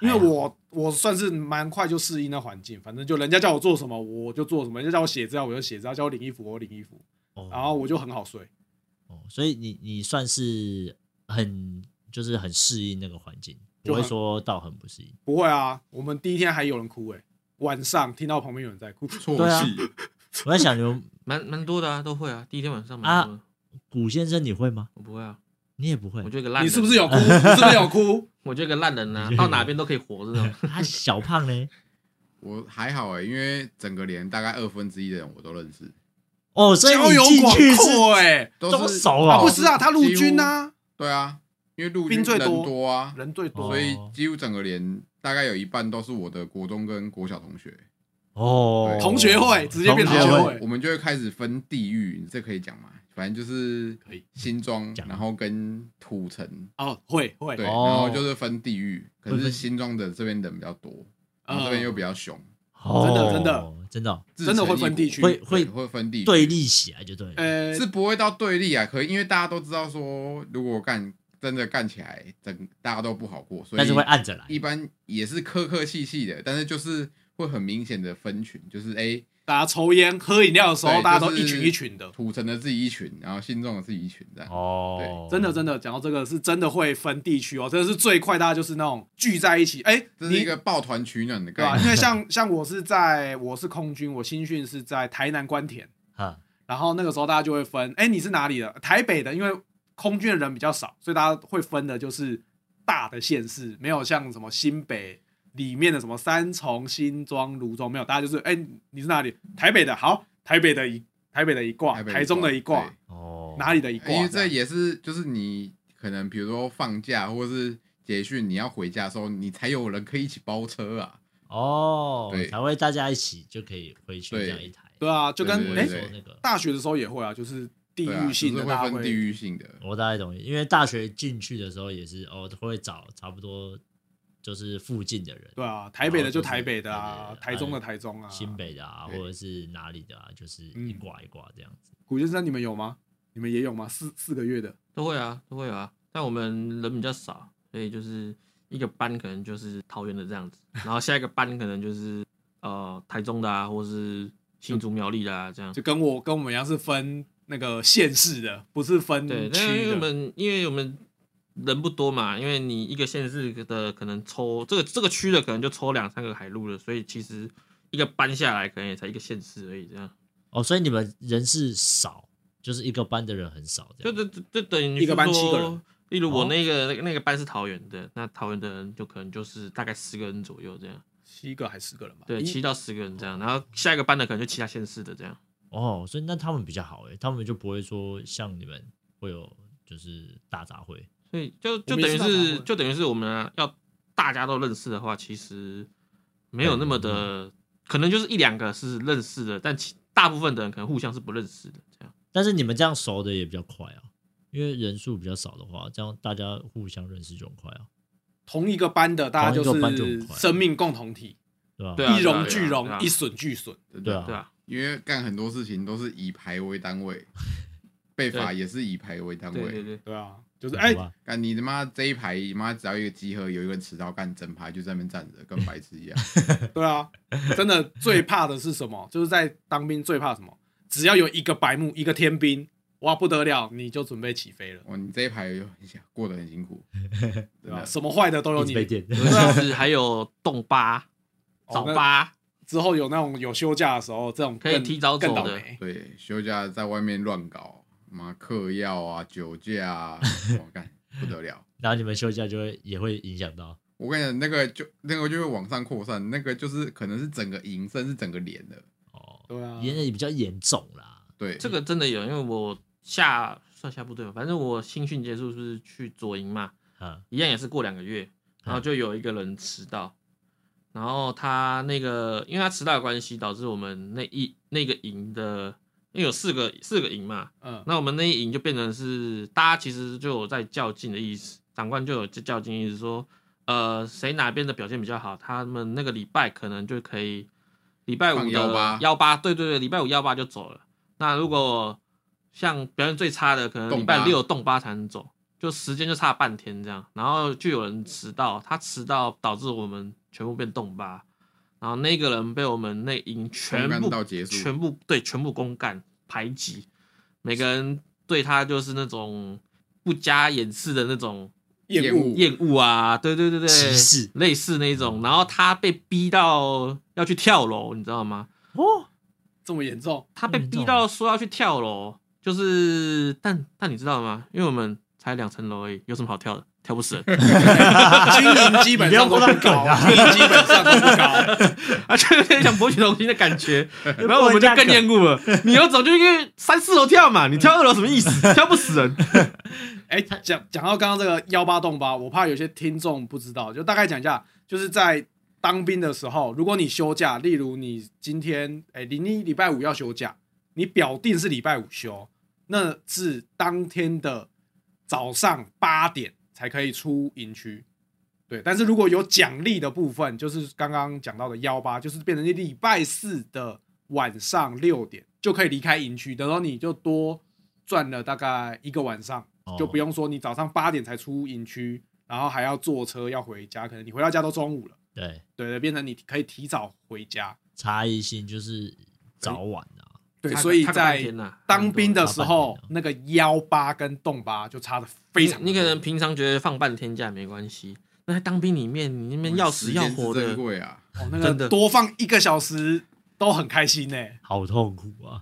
Speaker 2: 因
Speaker 1: 还
Speaker 2: 为
Speaker 1: 好
Speaker 2: 我我算是蛮快就适应那环境，反正就人家叫我做什么我就做什么，人家叫我写资料我就写资料，叫我领衣服我就领衣服，
Speaker 1: 哦
Speaker 2: 然后我就很好睡。
Speaker 1: 哦，所以你你算是很就是很适应那个环境，
Speaker 2: 就
Speaker 1: 不会
Speaker 2: 很
Speaker 1: 说到很不适应。
Speaker 2: 不会啊，我们第一天还有人哭哎、晚上听到旁边有人在哭，
Speaker 3: 错
Speaker 1: 对啊
Speaker 3: 戏，
Speaker 1: 我在想，你们
Speaker 4: 蛮蛮多的啊，都会啊。第一天晚上蛮多的，
Speaker 1: 古先生你会吗？
Speaker 4: 我不会啊，
Speaker 1: 你也不会
Speaker 4: 我，就一个烂。啊
Speaker 2: 你是不是有？哭？你是不是有 哭？
Speaker 4: 我就一个烂人啊，到哪边都可以活这 种。
Speaker 1: 他小胖呢？
Speaker 3: 我还好哎、因为整个连大概二分之一的人我都认识，
Speaker 1: 哦，所以
Speaker 2: 交
Speaker 1: 你
Speaker 2: 友
Speaker 1: 进
Speaker 2: 广
Speaker 1: 去是
Speaker 2: 阔哎，
Speaker 3: 都
Speaker 1: 这么
Speaker 3: 是
Speaker 1: 熟哦
Speaker 2: 啊
Speaker 1: 啊
Speaker 2: 不是啊，他陆军，啊，
Speaker 3: 对啊，因为陆军
Speaker 2: 兵最
Speaker 3: 人
Speaker 2: 多
Speaker 3: 多啊，
Speaker 2: 人最多，
Speaker 3: 所以几乎整个连大概有一半都是我的国中跟国小同学，
Speaker 1: 哦，
Speaker 3: 对
Speaker 2: 同学会直接变
Speaker 1: 同
Speaker 2: 学
Speaker 1: 学
Speaker 2: 会
Speaker 1: 会。
Speaker 3: 我们就会开始分地域，这可以讲吗？反正就是
Speaker 2: 可以
Speaker 3: 新庄，
Speaker 1: 讲
Speaker 3: 然后跟土城，
Speaker 2: 哦，会会
Speaker 3: 对，，然
Speaker 1: 哦
Speaker 3: 后就是分地域。可
Speaker 1: 会
Speaker 3: 是
Speaker 1: 分
Speaker 3: 新庄的这边人比较多，
Speaker 2: 嗯
Speaker 3: 然后这边又比较凶，
Speaker 1: 哦
Speaker 2: 真的真的
Speaker 1: 真的哦
Speaker 3: 自
Speaker 2: 真的
Speaker 3: 成
Speaker 2: 会分
Speaker 3: 一
Speaker 2: 地
Speaker 3: 国
Speaker 2: 区
Speaker 1: 会
Speaker 3: 对
Speaker 1: 会
Speaker 3: 会分地区
Speaker 1: 对立起来就对了。
Speaker 2: 呃，
Speaker 3: 是不会到对立啊，可以，因为大家都知道说，如果干真的干起来，整大家都不好过，所
Speaker 1: 但是会
Speaker 3: 以
Speaker 1: 按着来，
Speaker 3: 一般也是客客气气的，但是就是会很明显的分群，就是哎、
Speaker 2: 大家抽烟喝饮料的时候，
Speaker 3: 对
Speaker 2: 大家都
Speaker 3: 就
Speaker 2: 一
Speaker 3: 是
Speaker 2: 群一群的，
Speaker 3: 土城的自己一群，然后新庄的自己一群这样。
Speaker 1: 哦，
Speaker 2: 真的真
Speaker 1: 的，
Speaker 2: 的讲到这个是真的会分地区哦，真的是最快，大家就是那种聚在一起，哎、
Speaker 3: 这是
Speaker 2: 你
Speaker 3: 一个抱团取暖的
Speaker 2: 对
Speaker 3: 概
Speaker 2: 吧？
Speaker 3: 念，
Speaker 2: 因为像像我是在我是空军，我新训是在台南关田，
Speaker 1: 哈，
Speaker 2: 然后那个时候大家就会分，哎、你是哪里的？台北的，因为空军的人比较少，所以大家会分的就是大的县市，没有像什么新北里面的什么三重、新庄、泸州没有，大家就是哎、你是哪里？台北的，好，台北的一台北的一挂，
Speaker 3: 台北
Speaker 2: 台中的一挂，
Speaker 1: 哦，
Speaker 2: 哪里的一挂
Speaker 3: 对，因为哎这
Speaker 2: 样
Speaker 3: 也是就是你可能比如说放假或是结训，你要回家的时候，你才有人可以一起包车啊。
Speaker 1: 哦，
Speaker 3: 对
Speaker 1: 才会大家一起就可以回去
Speaker 3: 对
Speaker 1: 这样一台，
Speaker 2: 对啊，就跟
Speaker 3: 对
Speaker 2: 哎、
Speaker 3: 对
Speaker 1: 说
Speaker 3: 对
Speaker 1: 那个，
Speaker 2: 大学的时候也会啊，就是地
Speaker 3: 对啊，
Speaker 2: 域性
Speaker 3: 就是
Speaker 2: 的，大
Speaker 3: 会
Speaker 2: 家
Speaker 3: 分地域性的，
Speaker 1: 我大概懂，因为大学进去的时候也是哦，会找差不多就是附近的人，
Speaker 2: 对啊，台北的就台北的
Speaker 1: 然后
Speaker 2: 啊
Speaker 1: 就，是
Speaker 2: 台中的台中啊。
Speaker 1: 新北的啊，或
Speaker 3: 对
Speaker 1: 者是哪里的啊，就是一
Speaker 2: 嗯
Speaker 1: 挂一挂这样子。
Speaker 2: 古先生，你们有吗？你们也有吗？四四个月的，
Speaker 4: 都会啊，都会啊。但我们人比较少，所以就是一个班可能就是桃园的这样子，然后下一个班可能就是呃台中的啊，或是新竹苗栗的啊这样。
Speaker 2: 就跟我跟我们一样是分那个县市的，不是分
Speaker 4: 对，但因
Speaker 2: 区
Speaker 4: 为我
Speaker 2: 的。
Speaker 4: 们因为我们人不多嘛，因为你一个县市的可能抽这个这个区的可能就抽两三个海陆的，所以其实一个班下来可能也才一个县市而已这样。
Speaker 1: 哦，所以你们人是少，就是一个班的人很少这
Speaker 4: 就
Speaker 1: 样。
Speaker 4: 就就就等于
Speaker 2: 一个班
Speaker 4: 说
Speaker 2: 七个人。
Speaker 4: 例如我
Speaker 1: 哦
Speaker 4: 那个、那个那个班是桃园的，那桃园的人就可能就是大概十个人左右这样，
Speaker 2: 七个还是四个人吧？
Speaker 4: 对，
Speaker 2: 一
Speaker 4: 七到十个人这样。然后下一个班的可能就其他县市的这样。
Speaker 1: 哦，所以那他们比较好诶，他们就不会说像你们会有就是大杂烩
Speaker 4: 所以就
Speaker 2: 我
Speaker 4: 就
Speaker 2: 们
Speaker 4: 等
Speaker 2: 也是
Speaker 4: 于
Speaker 2: 大杂
Speaker 4: 是
Speaker 2: 烩
Speaker 4: 就等于是我们、啊、要大家都认识的话，其实没有那么的，可能就是一两个是认识的，但其大部分的人可能互相是不认识的这样。
Speaker 1: 但是你们这样熟的也比较快啊，因为人数比较少的话，这样大家互相认识就很快啊，
Speaker 2: 同一个班的，大家就
Speaker 1: 同一个班就很
Speaker 2: 是
Speaker 1: 快
Speaker 2: 生命共同体，
Speaker 1: 对吧？
Speaker 4: 对啊
Speaker 2: 一荣俱
Speaker 4: 对
Speaker 2: 荣，
Speaker 4: 啊
Speaker 2: 一损俱损。
Speaker 3: 真
Speaker 1: 对
Speaker 3: 的
Speaker 1: 啊
Speaker 4: 对啊，
Speaker 3: 因为干很多事情都是以排为单 位，被
Speaker 4: 对
Speaker 3: 罚也是以排为单
Speaker 4: 对对
Speaker 3: 位。
Speaker 4: 对，
Speaker 2: 对啊，就是
Speaker 1: 好
Speaker 2: 哎，
Speaker 1: 吧
Speaker 3: 干你他妈这一排，你妈只要一个集合，有一个人迟到，干整排就在那边站着，跟白痴 一样。
Speaker 2: 对啊，真的最怕的是什么？就是在当兵最怕什么？只要有一个白目，一个天兵，哇不得了，你就准备起飞了，
Speaker 3: 哦，你这一排又很想过得很辛苦，
Speaker 2: 对
Speaker 3: 对
Speaker 2: 吧？
Speaker 3: 吧？
Speaker 2: 什么坏的都有
Speaker 1: 一直被
Speaker 2: 哦你。
Speaker 1: 电，
Speaker 4: 尤其是还有动八、
Speaker 2: 哦
Speaker 4: 早
Speaker 2: 那
Speaker 4: 八，
Speaker 2: 之后有那种有休假的时候，这种
Speaker 4: 可以
Speaker 2: 更
Speaker 4: 提早
Speaker 2: 更
Speaker 4: 走
Speaker 2: 倒
Speaker 4: 的
Speaker 2: 霉。
Speaker 3: 对，休假在外面乱搞，妈嗑药啊、酒驾啊，我干不得了。
Speaker 1: 然后你们休假就会也会影响到
Speaker 3: 我跟你讲，那个就那个就会往上扩散，那个就是可能是整个营，甚至整个连的。
Speaker 1: 哦，
Speaker 2: 对啊，
Speaker 1: 也也比较严重啦。
Speaker 3: 对，
Speaker 4: 这个真的有，因为我下算下部队嘛，反正我新训结束是去左营嘛，
Speaker 1: 啊，
Speaker 4: 一样也是过两个月，然后就有一个人迟到，然后他那个因为他迟到的关系，导致我们那一那个营的，因为有四个四个营嘛，
Speaker 2: 嗯，
Speaker 4: 那我们那一营就变成是大家其实就有在较劲的意思，长官就有较较劲意思说，呃，谁哪边的表现比较好，他们那个礼拜可能就可以，礼拜五
Speaker 3: 放
Speaker 4: 的
Speaker 3: 幺八
Speaker 4: 幺八，对对对，礼拜五幺八就走了。那如果像表现最差的，可能
Speaker 3: 动
Speaker 4: 礼拜
Speaker 3: 八
Speaker 4: 六动八才能走，就时间就差半天这样。然后就有人迟到，他迟到导致我们全部变动八，然后那个人被我们内营全
Speaker 3: 公
Speaker 4: 部
Speaker 3: 干到结束
Speaker 4: 全部对全部公干排挤，每个人对他就是那种不加掩饰的那种
Speaker 2: 厌
Speaker 3: 厌
Speaker 2: 恶
Speaker 3: 恶
Speaker 4: 厌恶啊，对对对对，
Speaker 1: 歧视
Speaker 4: 类似那种。然后他被逼到要去跳楼，你知道吗？
Speaker 1: 哦，
Speaker 2: 这么严重，
Speaker 4: 他被
Speaker 1: 那么严重
Speaker 4: 逼到说要去跳楼，就是但但你知道吗？因为我们才两层楼而已，有什么好跳的？跳不死人，
Speaker 2: 心灵哎基本上都 啊
Speaker 1: 你
Speaker 2: 不
Speaker 1: 不要
Speaker 2: 高
Speaker 1: 摸到，
Speaker 2: 心灵基本上都不高。
Speaker 4: 啊，就有点像博取同情的感 觉。然后我们就更厌恶 了。你要走就去三四楼跳嘛，你跳二楼什么意思？跳不死人。
Speaker 2: 哎，讲讲到刚刚这个幺八洞八，我怕有些听众不知道，就大概讲一下，就是在当兵的时候，如果你休假，例如你今天哎，你你礼拜五要休假，你表定是礼拜五休，那是当天的早上八点才可以出营区。对，但是如果有奖励的部分，就是刚刚讲到的幺八，就是变成你礼拜四的晚上六点就可以离开营区，等到你就多赚了大概一个晚上，
Speaker 1: 哦
Speaker 2: 就不用说你早上八点才出营区，然后还要坐车要回家，可能你回到家都中午了，
Speaker 1: 对，
Speaker 2: 对对，变成你可以提早回家。
Speaker 1: 差异性就是早晚啊，
Speaker 2: 对，
Speaker 4: 差个
Speaker 2: 所以
Speaker 4: 差个半
Speaker 2: 在
Speaker 4: 天呐
Speaker 2: 当兵的
Speaker 1: 差
Speaker 2: 时
Speaker 1: 半
Speaker 2: 候
Speaker 1: 天啊，
Speaker 2: 那个幺八跟洞八就差的非常多
Speaker 4: 你你可能平常觉得放半天假没关系，那在当兵里面，你那边要死要活
Speaker 3: 时间之
Speaker 4: 的，
Speaker 3: 珍贵啊！
Speaker 2: 哦，那
Speaker 4: 真的
Speaker 2: 个多放一个小时都很开心呢、
Speaker 1: 好痛苦啊！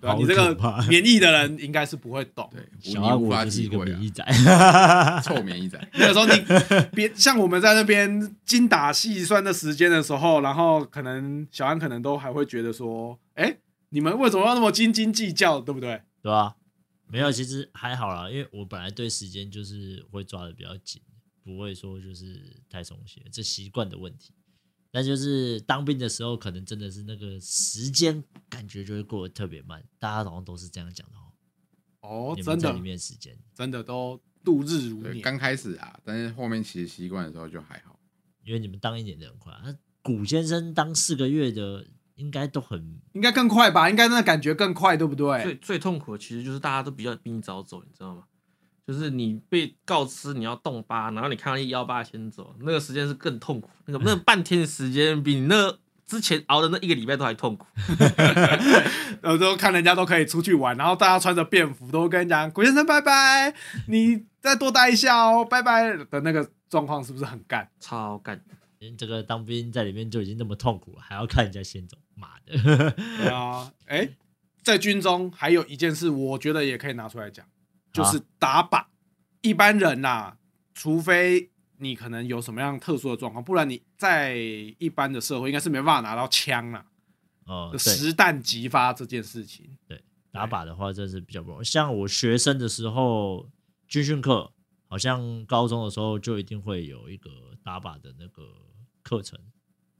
Speaker 2: 对吧、
Speaker 1: 好
Speaker 2: 你这个
Speaker 1: 可怕
Speaker 2: 免疫的人应该是不会懂。
Speaker 3: 对，
Speaker 1: 小
Speaker 3: 你
Speaker 1: 安
Speaker 3: 无
Speaker 1: 我
Speaker 3: 法
Speaker 1: 就是一
Speaker 3: 体
Speaker 1: 个
Speaker 3: 会
Speaker 1: 免
Speaker 3: 啊，
Speaker 1: 疫仔，
Speaker 3: 臭免 疫仔。
Speaker 2: 那个时候你别像我们在那边精打细算的时间的时候，然后可能小安可能都还会觉得说，哎、你们为什么要那么斤斤计较，对不对？
Speaker 1: 对吧、没有，其实还好啦，因为我本来对时间就是会抓的比较紧，不会说就是太松懈，这习惯的问题。但就是当兵的时候，可能真的是那个时间感觉就会过得特别慢，大家好像都是这样讲的哦。
Speaker 2: 哦，
Speaker 1: 你
Speaker 2: 真
Speaker 1: 们在
Speaker 2: 的
Speaker 1: 里面时间
Speaker 2: 真的都度日如
Speaker 3: 对，
Speaker 2: 年，
Speaker 3: 刚开始啊，但是后面其实习惯的时候就还好。
Speaker 1: 因为你们当一年的很快，啊那古先生当四个月的应该都很
Speaker 2: 应该更快吧？应该那感觉更快，对不
Speaker 4: 最
Speaker 2: 对？
Speaker 4: 最痛苦的其实就是大家都比较比你早走，你知道吗？就是你被告知你要动八，然后你看到一幺八先走，那个时间是更痛苦， 那个那半天的时间比你那之前熬的那一个礼拜都还痛苦。
Speaker 2: 呃，都看人家都可以出去玩，然后大家穿着便服，都跟人家古先生拜拜，你再多待一下哦，拜拜的那个状况是不是 很干？
Speaker 4: 超干，
Speaker 1: 嗯这个当兵在里面就已经那么痛苦了，还要看人家先走，妈的！
Speaker 2: 对啊，哎、在军中还有一件事，我觉得也可以拿出来讲，
Speaker 1: 啊
Speaker 2: 就是打靶。一般人呐、除非你可能有什么样特殊的状况，不然你在一般的社会应该是没办法拿到枪啊啦、
Speaker 1: 哦，
Speaker 2: 就
Speaker 1: 对，
Speaker 2: 实弹即发这件事情，
Speaker 1: 打靶的话，真是比较不容易。像我学生的时候，军训课好像高中的时候就一定会有一个打靶的那个课程，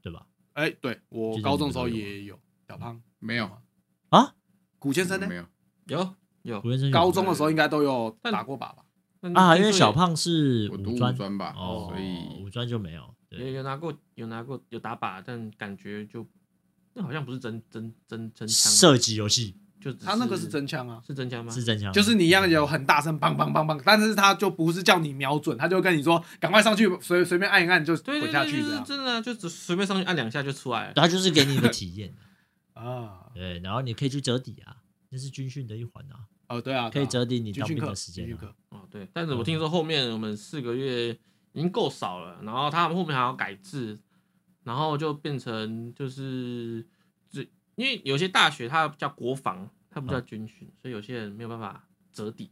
Speaker 1: 对吧？
Speaker 2: 哎、对我
Speaker 1: 这
Speaker 2: 高中的时候
Speaker 1: 种
Speaker 2: 也有小胖
Speaker 3: 没有，
Speaker 4: 哦
Speaker 3: 嗯
Speaker 1: 啊，
Speaker 2: 古先生呢
Speaker 3: 没，有，
Speaker 4: 有有
Speaker 1: 古先生有
Speaker 2: 高中的时候应该都有打过靶吧？
Speaker 4: 那你
Speaker 1: 啊，因
Speaker 4: 听说
Speaker 1: 为
Speaker 4: 也
Speaker 1: 小胖是
Speaker 3: 我读五
Speaker 1: 专
Speaker 3: 专吧，
Speaker 1: 哦，
Speaker 3: 所以
Speaker 1: 五专就没有。
Speaker 4: 有
Speaker 1: 对，
Speaker 4: 有拿过有拿过有打靶，但感觉就那好像不是真真真真枪，
Speaker 1: 射击游戏
Speaker 4: 就只
Speaker 2: 他那个是真枪啊，
Speaker 4: 是真枪吗？
Speaker 1: 是真枪，
Speaker 2: 就是你一样有很大声梆梆梆梆，但是他就不是叫你瞄准，他就跟你说赶快上去，随随便按一按就
Speaker 4: 对对
Speaker 2: 滚下
Speaker 4: 对，
Speaker 2: 去
Speaker 4: 就
Speaker 2: 这
Speaker 4: 是
Speaker 2: 样
Speaker 4: 真的啊，就只随便上去按两下就出来了。
Speaker 1: 他就是给你一个体验，
Speaker 2: 啊。
Speaker 1: 对，然后你可以去折抵啊，那是军训的一环啊，
Speaker 2: 哦，对啊，
Speaker 1: 可以折抵你
Speaker 2: 军
Speaker 1: 当
Speaker 2: 训
Speaker 1: 兵
Speaker 2: 课，
Speaker 1: 的时
Speaker 2: 军
Speaker 1: 间
Speaker 2: 训
Speaker 1: 啊。
Speaker 2: 课
Speaker 4: 哦，对，但是我听说后面我们四个月已经够少了，然后他们后面还要改制，然后就变成就是这，因为有些大学它叫国防，它
Speaker 1: 嗯
Speaker 4: 不叫军训，所以有些人没有办法折抵，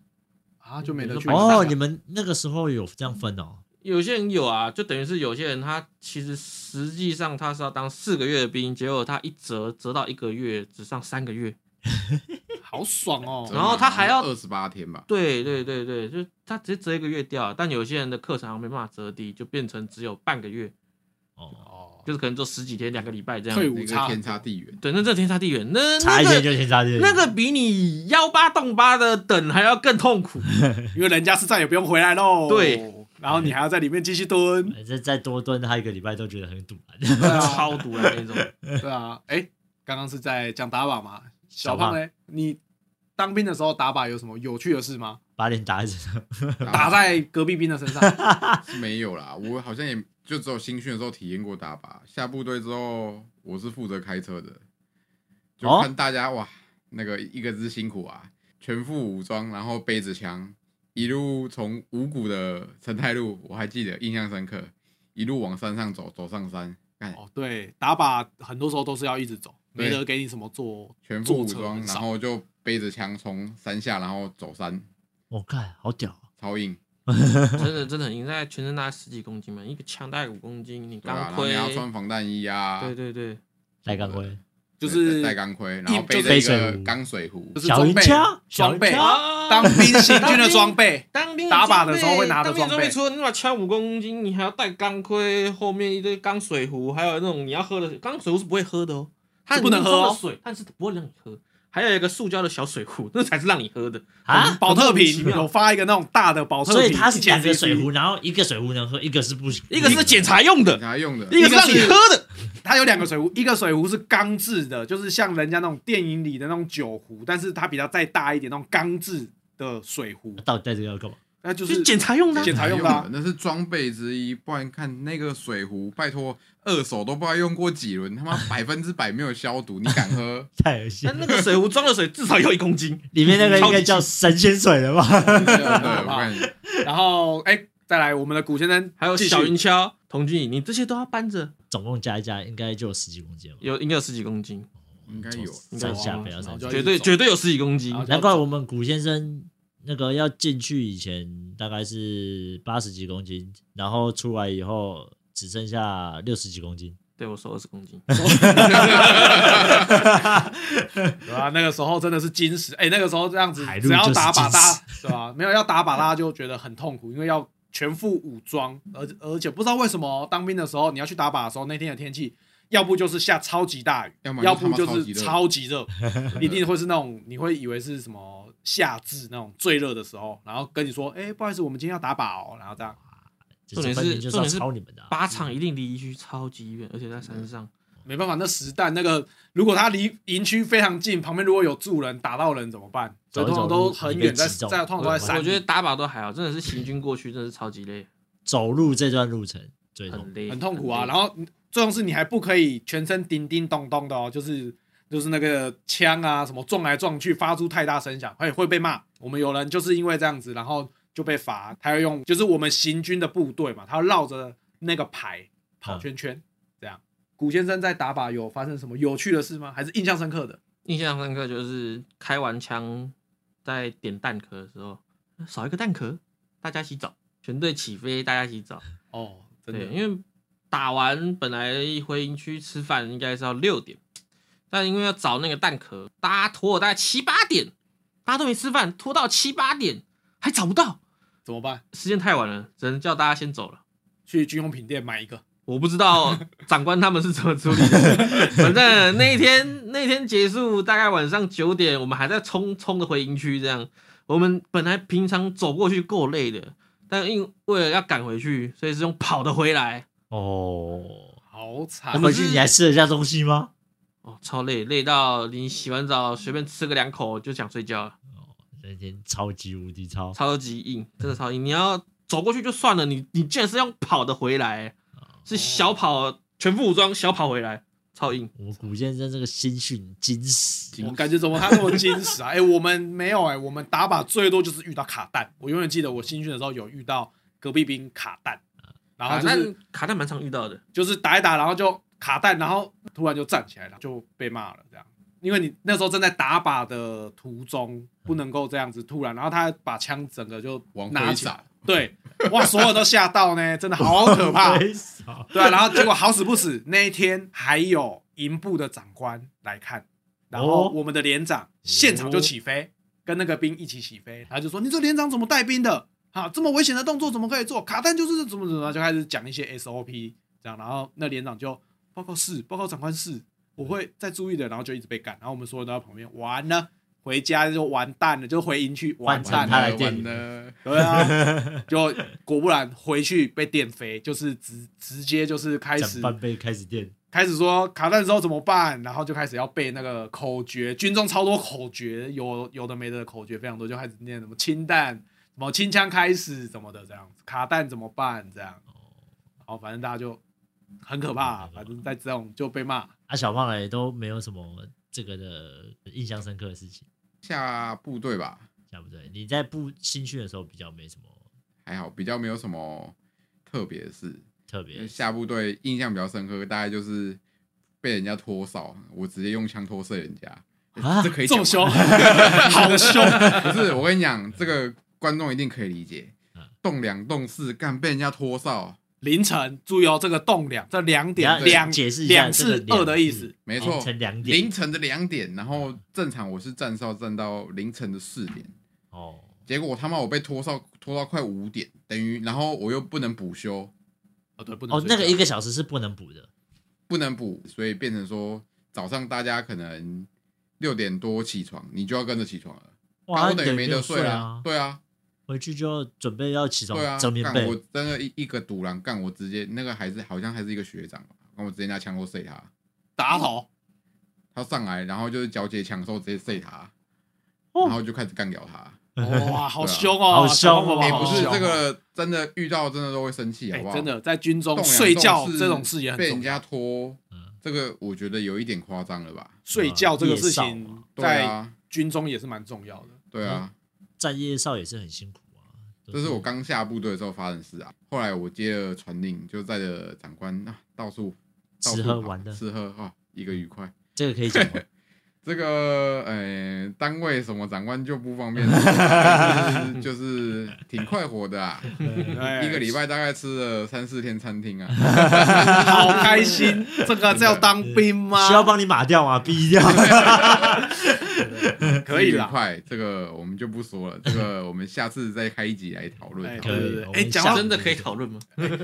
Speaker 2: 啊就没得去
Speaker 1: 哦，
Speaker 2: 上
Speaker 1: 你们那个时候有这样分哦，
Speaker 4: 有些人有啊，就等于是有些人他其实实际上他是要当四个月的兵，结果他一折折到一个月，只上三个月。
Speaker 2: 好爽哦！
Speaker 4: 然后他还要
Speaker 3: 二十八天吧，
Speaker 4: 对对对对，就是他直接折一个月掉了，但有些人的课程好像没办法折抵，就变成只有半个月，
Speaker 1: 哦，
Speaker 2: 哦，
Speaker 4: 就是可能就十几天、两个礼拜这样。
Speaker 2: 退伍
Speaker 3: 那
Speaker 2: 差
Speaker 3: 个天差地远。
Speaker 4: 对，那这天差地远，那
Speaker 1: 差
Speaker 4: 那
Speaker 1: 一天
Speaker 4: 个
Speaker 1: 就先差一天，
Speaker 4: 那个比你幺八动八的等还要更痛苦。
Speaker 2: 因为人家是再也不用回来喽。
Speaker 4: 对，
Speaker 2: 然后你还要在里面继续蹲。
Speaker 1: 哎再再多蹲他一个礼拜都觉得很堵然。
Speaker 2: 对啊，
Speaker 4: 超毒的那种，
Speaker 2: 对啊。哎，刚刚是在讲打靶嘛？小
Speaker 1: 小
Speaker 2: 胖
Speaker 1: 胖
Speaker 2: 嘞，你当兵的时候打靶有什么有趣的事吗？
Speaker 1: 把脸打死，
Speaker 2: 打在隔壁兵的 身上，
Speaker 3: 是没有啦，我好像也就只有新训的时候体验过打靶。下部队之后，我是负责开车的，就
Speaker 1: 哦
Speaker 3: 看大家、哇，那个一个字辛苦啊，全副武装，然后背着枪，一路从五股的陈泰路，我还记得印象深刻，一路往山上走，走上山，看
Speaker 2: 哦，对，打靶很多时候都是要一直走，没
Speaker 3: 对
Speaker 2: 得给你什么做，
Speaker 3: 全
Speaker 2: 坐
Speaker 3: 副武
Speaker 2: 车
Speaker 3: 装，
Speaker 2: 很
Speaker 3: 然
Speaker 2: 少。
Speaker 3: 后就背着枪从山下，然后走山，
Speaker 1: 我看好屌哦，
Speaker 3: 超硬，
Speaker 4: 真的真的，你在全身大概十几公斤嘛，一个枪大概五公斤，你
Speaker 3: 对吧、
Speaker 4: 钢
Speaker 3: 然后
Speaker 4: 盔
Speaker 3: 你，要穿防弹衣啊，
Speaker 4: 对对对，，
Speaker 1: 戴钢盔，
Speaker 2: 就是
Speaker 3: 戴戴钢盔，然后
Speaker 2: 就是
Speaker 3: 背着一
Speaker 1: 背水
Speaker 3: 个
Speaker 1: 壶
Speaker 3: 钢水壶，
Speaker 2: 就是
Speaker 1: 小
Speaker 2: 装
Speaker 1: 云
Speaker 2: 备
Speaker 1: 枪，小
Speaker 2: 装
Speaker 1: 云
Speaker 2: 备啊
Speaker 1: 枪，
Speaker 2: 当兵行军的装备
Speaker 4: 当兵
Speaker 2: 打靶的时候会拿的
Speaker 4: 的装
Speaker 2: 装
Speaker 4: 备
Speaker 2: 备
Speaker 4: 除了你把枪五公斤，你还要带钢盔，后面一堆钢水壶，还有那种你要喝的钢水壶是不会喝的哦，它
Speaker 2: 是不能喝哦
Speaker 4: 里面装了水，但是不会让你喝。还有一个塑胶的小水壶，那才是让你喝的。
Speaker 1: 啊，
Speaker 2: 保特
Speaker 4: 很莫名其
Speaker 2: 瓶
Speaker 4: 妙
Speaker 2: 有发一个那种大的保特瓶，
Speaker 1: 所以它是两个
Speaker 2: 100 cc
Speaker 1: 水壶，，然后一个水壶能喝，一个是不，
Speaker 4: 一个是检查用
Speaker 3: 警
Speaker 4: 的，
Speaker 3: 察用的，
Speaker 4: 一个是让你喝的。
Speaker 2: 它有两个水壶，一个水壶是钢制的，就是像人家那种电影里的那种酒壶，但是它比它再大一点那种钢制的水壶，
Speaker 1: 到底带这个要干嘛？
Speaker 2: 那就
Speaker 4: 就是
Speaker 2: 是
Speaker 4: 检查用的啊，
Speaker 2: 检查用的啊
Speaker 3: 那是装备之一，不然看那个水壶，拜托二手都不知道用过几轮，他妈百分之百没有消毒，你敢喝？
Speaker 1: 太恶心
Speaker 4: 那
Speaker 1: 了，
Speaker 4: 那个水壶装的水至少要一公斤。
Speaker 1: 里面那个应该叫神仙水了吧？
Speaker 3: 真的，我看
Speaker 2: 然后哎、再来我们的古先生，
Speaker 4: 还有小云锹、童军椅，你这些都要搬着，
Speaker 1: 总共加一加，应该就有十几公斤了吧。
Speaker 4: 有应该有十几公斤，
Speaker 3: 应该有，
Speaker 1: 上下不要
Speaker 2: 然
Speaker 1: 上
Speaker 2: 后
Speaker 1: 下
Speaker 2: 就。
Speaker 4: 绝对绝对有十几公斤
Speaker 2: 然。后就
Speaker 1: 难怪我们古先生那个要进去以前大概是八十几公斤，然后出来以后只剩下六十几公斤。
Speaker 4: 对我瘦二十公斤，
Speaker 2: 对啊，那个时候真的是金石，哎、那个时候这样子
Speaker 1: 海，陆
Speaker 2: 只要打
Speaker 1: 就是金
Speaker 2: 靶
Speaker 1: 石
Speaker 2: 大家，对吧、没有要打靶，大家就觉得很痛苦，因为要全副武装，而而且不知道为什么当兵的时候，你要去打靶的时候，那天的天气，要不就是下超级大雨，
Speaker 3: 要
Speaker 2: 要
Speaker 3: 么就是
Speaker 2: 不就是
Speaker 3: 他妈
Speaker 2: 超级热，一定会是那种你会以为是什么夏至那种最热的时候，然后跟你说，哎、不好意思，我们今天要打靶哦，然后这样，
Speaker 1: 就
Speaker 4: 重点
Speaker 1: 分明
Speaker 4: 是
Speaker 1: 就是
Speaker 4: 重
Speaker 1: 要
Speaker 4: 点是
Speaker 1: 抄你们的啊、
Speaker 4: 靶场一定离营区超级远，而且在山上。
Speaker 2: 没办法，那实弹那个，如果他离营区非常近，旁边如果有住人打到人怎么办？所以通常都很远，在
Speaker 1: 走一走路
Speaker 2: 在通常都在山
Speaker 4: 我
Speaker 2: 里。
Speaker 4: 觉得打靶都还好，真的是行军过去真的是超级累，
Speaker 1: 走路这段路程最痛
Speaker 4: 很。累，
Speaker 2: 很痛苦啊。
Speaker 4: 很累
Speaker 2: 然后最重是你还不可以全身叮叮咚咚的哦，就是就是那个枪啊什么撞来撞去，发出太大声响，会会被骂。我们有人就是因为这样子，然后就被罚。他要用就是我们行军的部队嘛，他要绕着那个牌跑圈圈，这样。古先生在打靶有发生什么有趣的事吗？还是印象深刻的？
Speaker 4: 印象深刻就是开完枪在点弹壳的时候，少一个弹壳，大家一起找，全队起飞，大家一起找。
Speaker 2: 哦，真
Speaker 4: 对，
Speaker 2: 的，
Speaker 4: 因为打完本来回营区吃饭应该是要六点，但因为要找那个蛋壳，大家拖了大概七八点，大家都没吃饭，拖到七八点还找不到，
Speaker 2: 怎么办？
Speaker 4: 时间太晚了，只能叫大家先走了。
Speaker 2: 去军用品店买一个。
Speaker 4: 我不知道长官他们是怎么处理 的，反正那一天那一天结束，大概晚上九点，我们还在冲冲着回营区这样。我们本来平常走过去够累的，但因为了要赶回去，所以是用跑的回来。
Speaker 1: 哦，
Speaker 2: 好惨啊
Speaker 1: 那回
Speaker 4: 我！们
Speaker 1: 去
Speaker 4: 是
Speaker 1: 你还吃得下东西吗？
Speaker 4: 哦，超累，累到你洗完澡随便吃个两口就想睡觉了，
Speaker 1: 那天超级无敌超，
Speaker 2: 哦
Speaker 4: 超级硬，真的超硬。你要走过去就算了，你你竟然是用跑的回来，
Speaker 2: 哦
Speaker 4: 是小跑全副武装小跑回来，超硬。
Speaker 1: 我们古先生这个新训金石，
Speaker 2: 我感觉怎么他那么矜持啊？哎、我们没有哎、我们打靶最多就是遇到卡弹。我永远记得我新训的时候有遇到隔壁兵卡弹，然后
Speaker 4: 卡
Speaker 2: 啊就是、
Speaker 4: 弹卡弹蛮常遇到的，
Speaker 2: 就是打一打，然后就卡弹，然后突然就站起来了，就被骂了这样。因为你那时候正在打靶的途中，不能够这样子突然，然后他把枪整个就
Speaker 3: 往
Speaker 2: 拿
Speaker 3: 回
Speaker 2: 起来
Speaker 3: 撒，，
Speaker 2: 对，哇，所有人都吓到呢，真的好 可 怕。
Speaker 1: 挥手
Speaker 2: 对啊，然后结果好死不死，那一天还有营部的长官来看，然后
Speaker 1: 哦
Speaker 2: 我们的连长现场就起飞，跟那个兵一起起飞，他就说：“你这连长怎么带兵的？啊，这么危险的动作怎么可以做？卡弹就是怎么怎么，就开始讲一些 SOP 这样，然后那连长就报告是，报告长官是，我会再注意的，然后就一直被干，然后我们所有人都在旁边，完了。”回家就完蛋了，就回营去完
Speaker 1: 换
Speaker 2: 蛋
Speaker 1: 成
Speaker 2: 了
Speaker 1: 他，来电
Speaker 3: 完
Speaker 1: 你
Speaker 3: 了，
Speaker 2: 对啊，就果不然回去被电飞，就是直直接就是开始
Speaker 1: 整班被开始电，
Speaker 2: 开始说卡弹之后怎么办，然后就开始要背那个口诀，军中超多口诀，有有的没的口诀非常多，就开始念什么氢弹，什么清枪开始怎么的这样，卡弹怎么办这样，然后反正大家就很可
Speaker 1: 哦
Speaker 2: 怕，反正在这种就被骂。
Speaker 1: 啊，小胖嘞都没有什么这个的印象深刻的事情，
Speaker 3: 下部队吧，
Speaker 1: 对不对？你在不新训的时候比较没什么
Speaker 3: 还好，比较没有什么特别的事。
Speaker 1: 特别，
Speaker 3: 下部队印象比较深刻，大概就是被人家拖哨，我直接用枪拖射人家，
Speaker 1: 啊
Speaker 3: 这可以
Speaker 2: 这
Speaker 3: 讲
Speaker 2: 么
Speaker 3: 吗
Speaker 2: 凶，好凶！
Speaker 3: 不是，我跟你讲，这个观众一定可以理解
Speaker 1: 嗯。
Speaker 3: 动两动四干被人家拖哨，
Speaker 2: 凌晨，注意哦，这个动两，这两
Speaker 1: 你
Speaker 2: 点，
Speaker 1: 要
Speaker 2: 两
Speaker 1: 解释一下
Speaker 2: 两
Speaker 1: 这个
Speaker 2: 是
Speaker 1: 两
Speaker 2: 二的意思
Speaker 1: 是，
Speaker 3: 没错
Speaker 1: 凌，晨两点
Speaker 3: 凌晨的两点，然后正常我是站哨站到凌晨的四点，
Speaker 1: 哦，
Speaker 3: 结果我他妈我被拖哨拖到快五点，等于然后我又不能补休，
Speaker 2: 哦对，不能
Speaker 1: 哦，
Speaker 2: 睡
Speaker 1: 那个
Speaker 2: 觉
Speaker 1: 一个小时是不能补的，
Speaker 3: 不能补，所以变成说早上大家可能六点多起床，你就要跟着起床了，
Speaker 1: 哇，
Speaker 3: 那我等于没得
Speaker 1: 睡
Speaker 3: 睡啊，对啊，
Speaker 1: 回去就准备要起床
Speaker 3: 对啊，
Speaker 1: 折棉
Speaker 3: 干
Speaker 1: 被
Speaker 3: 我，真的一一个堵狼干，我直接那个还是好像还是一个学长吧，然后我直接拿枪口塞他，
Speaker 2: 打头，
Speaker 3: 他上来然后就是交接枪的时候直接塞他，
Speaker 1: 哦
Speaker 3: 然后就开始干掉他。
Speaker 2: 哇，好凶
Speaker 1: 好
Speaker 2: 哦，
Speaker 1: 凶哦
Speaker 3: 也、
Speaker 2: 也
Speaker 3: 啊不是
Speaker 1: 好
Speaker 3: 这个真的遇到真的都会生气，好
Speaker 2: 哎
Speaker 3: 不好？
Speaker 2: 真的在军中
Speaker 3: 动两
Speaker 2: 睡觉
Speaker 3: 动是
Speaker 2: 这种事也很
Speaker 3: 被
Speaker 2: 重
Speaker 3: 人
Speaker 2: 要。
Speaker 3: 家拖
Speaker 1: 嗯，
Speaker 3: 这个我觉得有一点夸张了吧？
Speaker 2: 睡觉这个事
Speaker 1: 夜少
Speaker 2: 情
Speaker 1: 嘛
Speaker 3: 对
Speaker 2: 啊在
Speaker 3: 啊，
Speaker 2: 军中也是蛮重要的。
Speaker 3: 对啊，
Speaker 1: 站夜哨也是很辛苦啊。都
Speaker 3: 这是我刚下部队的时候发生的事啊。后来我接了传令，就带着长官啊到处到处
Speaker 1: 吃喝
Speaker 3: 跑
Speaker 1: 玩乐
Speaker 3: 吃喝啊，一个愉快。
Speaker 1: 这个可以 讲吗，
Speaker 3: 这个呃，单位什么长官就不 方便了，就是就是挺快活的啊，
Speaker 2: 哎
Speaker 3: 一个礼拜大概吃了三四天餐厅啊。
Speaker 2: 哎好开 心，这个这要当兵吗？
Speaker 1: 需要帮你码掉吗？逼掉，
Speaker 2: 可以
Speaker 3: 了，
Speaker 2: 啦。
Speaker 3: 快，这个我们就不说了，这个我们下次再开一集来讨论
Speaker 2: 哎。
Speaker 3: 讨
Speaker 1: 可
Speaker 3: 论
Speaker 1: 以
Speaker 2: 对对对。
Speaker 1: 我
Speaker 2: 哎
Speaker 1: 们
Speaker 2: 讲
Speaker 1: 下
Speaker 2: 到
Speaker 1: 次
Speaker 4: 真的可以讨论吗？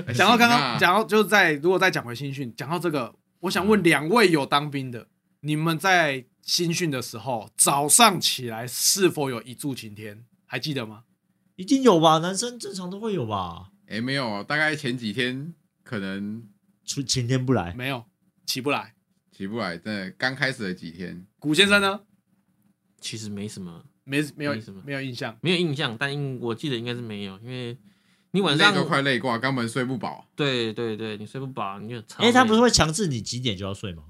Speaker 3: 哎
Speaker 2: 讲到刚
Speaker 3: 行啊
Speaker 2: 刚，讲到就是在如果再讲回新训，讲到这个，我想问两位有当兵的，你们在新训的时候早上起来是否有一柱擎天？还记得吗？
Speaker 1: 一定有吧？男生正常都会有吧？
Speaker 3: 哎，没有，大概前几天可能
Speaker 1: 出晴天不来，
Speaker 2: 没有，起不来。
Speaker 3: 起不来，真的刚开始的几天，
Speaker 2: 古先生呢？
Speaker 4: 其实没什么，
Speaker 2: 没没有
Speaker 4: 没什么
Speaker 2: 没有印象。
Speaker 4: 没有印象，但应我记得应该是没有，因为你晚
Speaker 3: 累
Speaker 4: 上
Speaker 3: 都快累挂，根本睡不饱。
Speaker 4: 对对对，你睡不饱，你就超
Speaker 1: 哎，他不是
Speaker 4: 累
Speaker 1: 会强制你几点就要睡吗？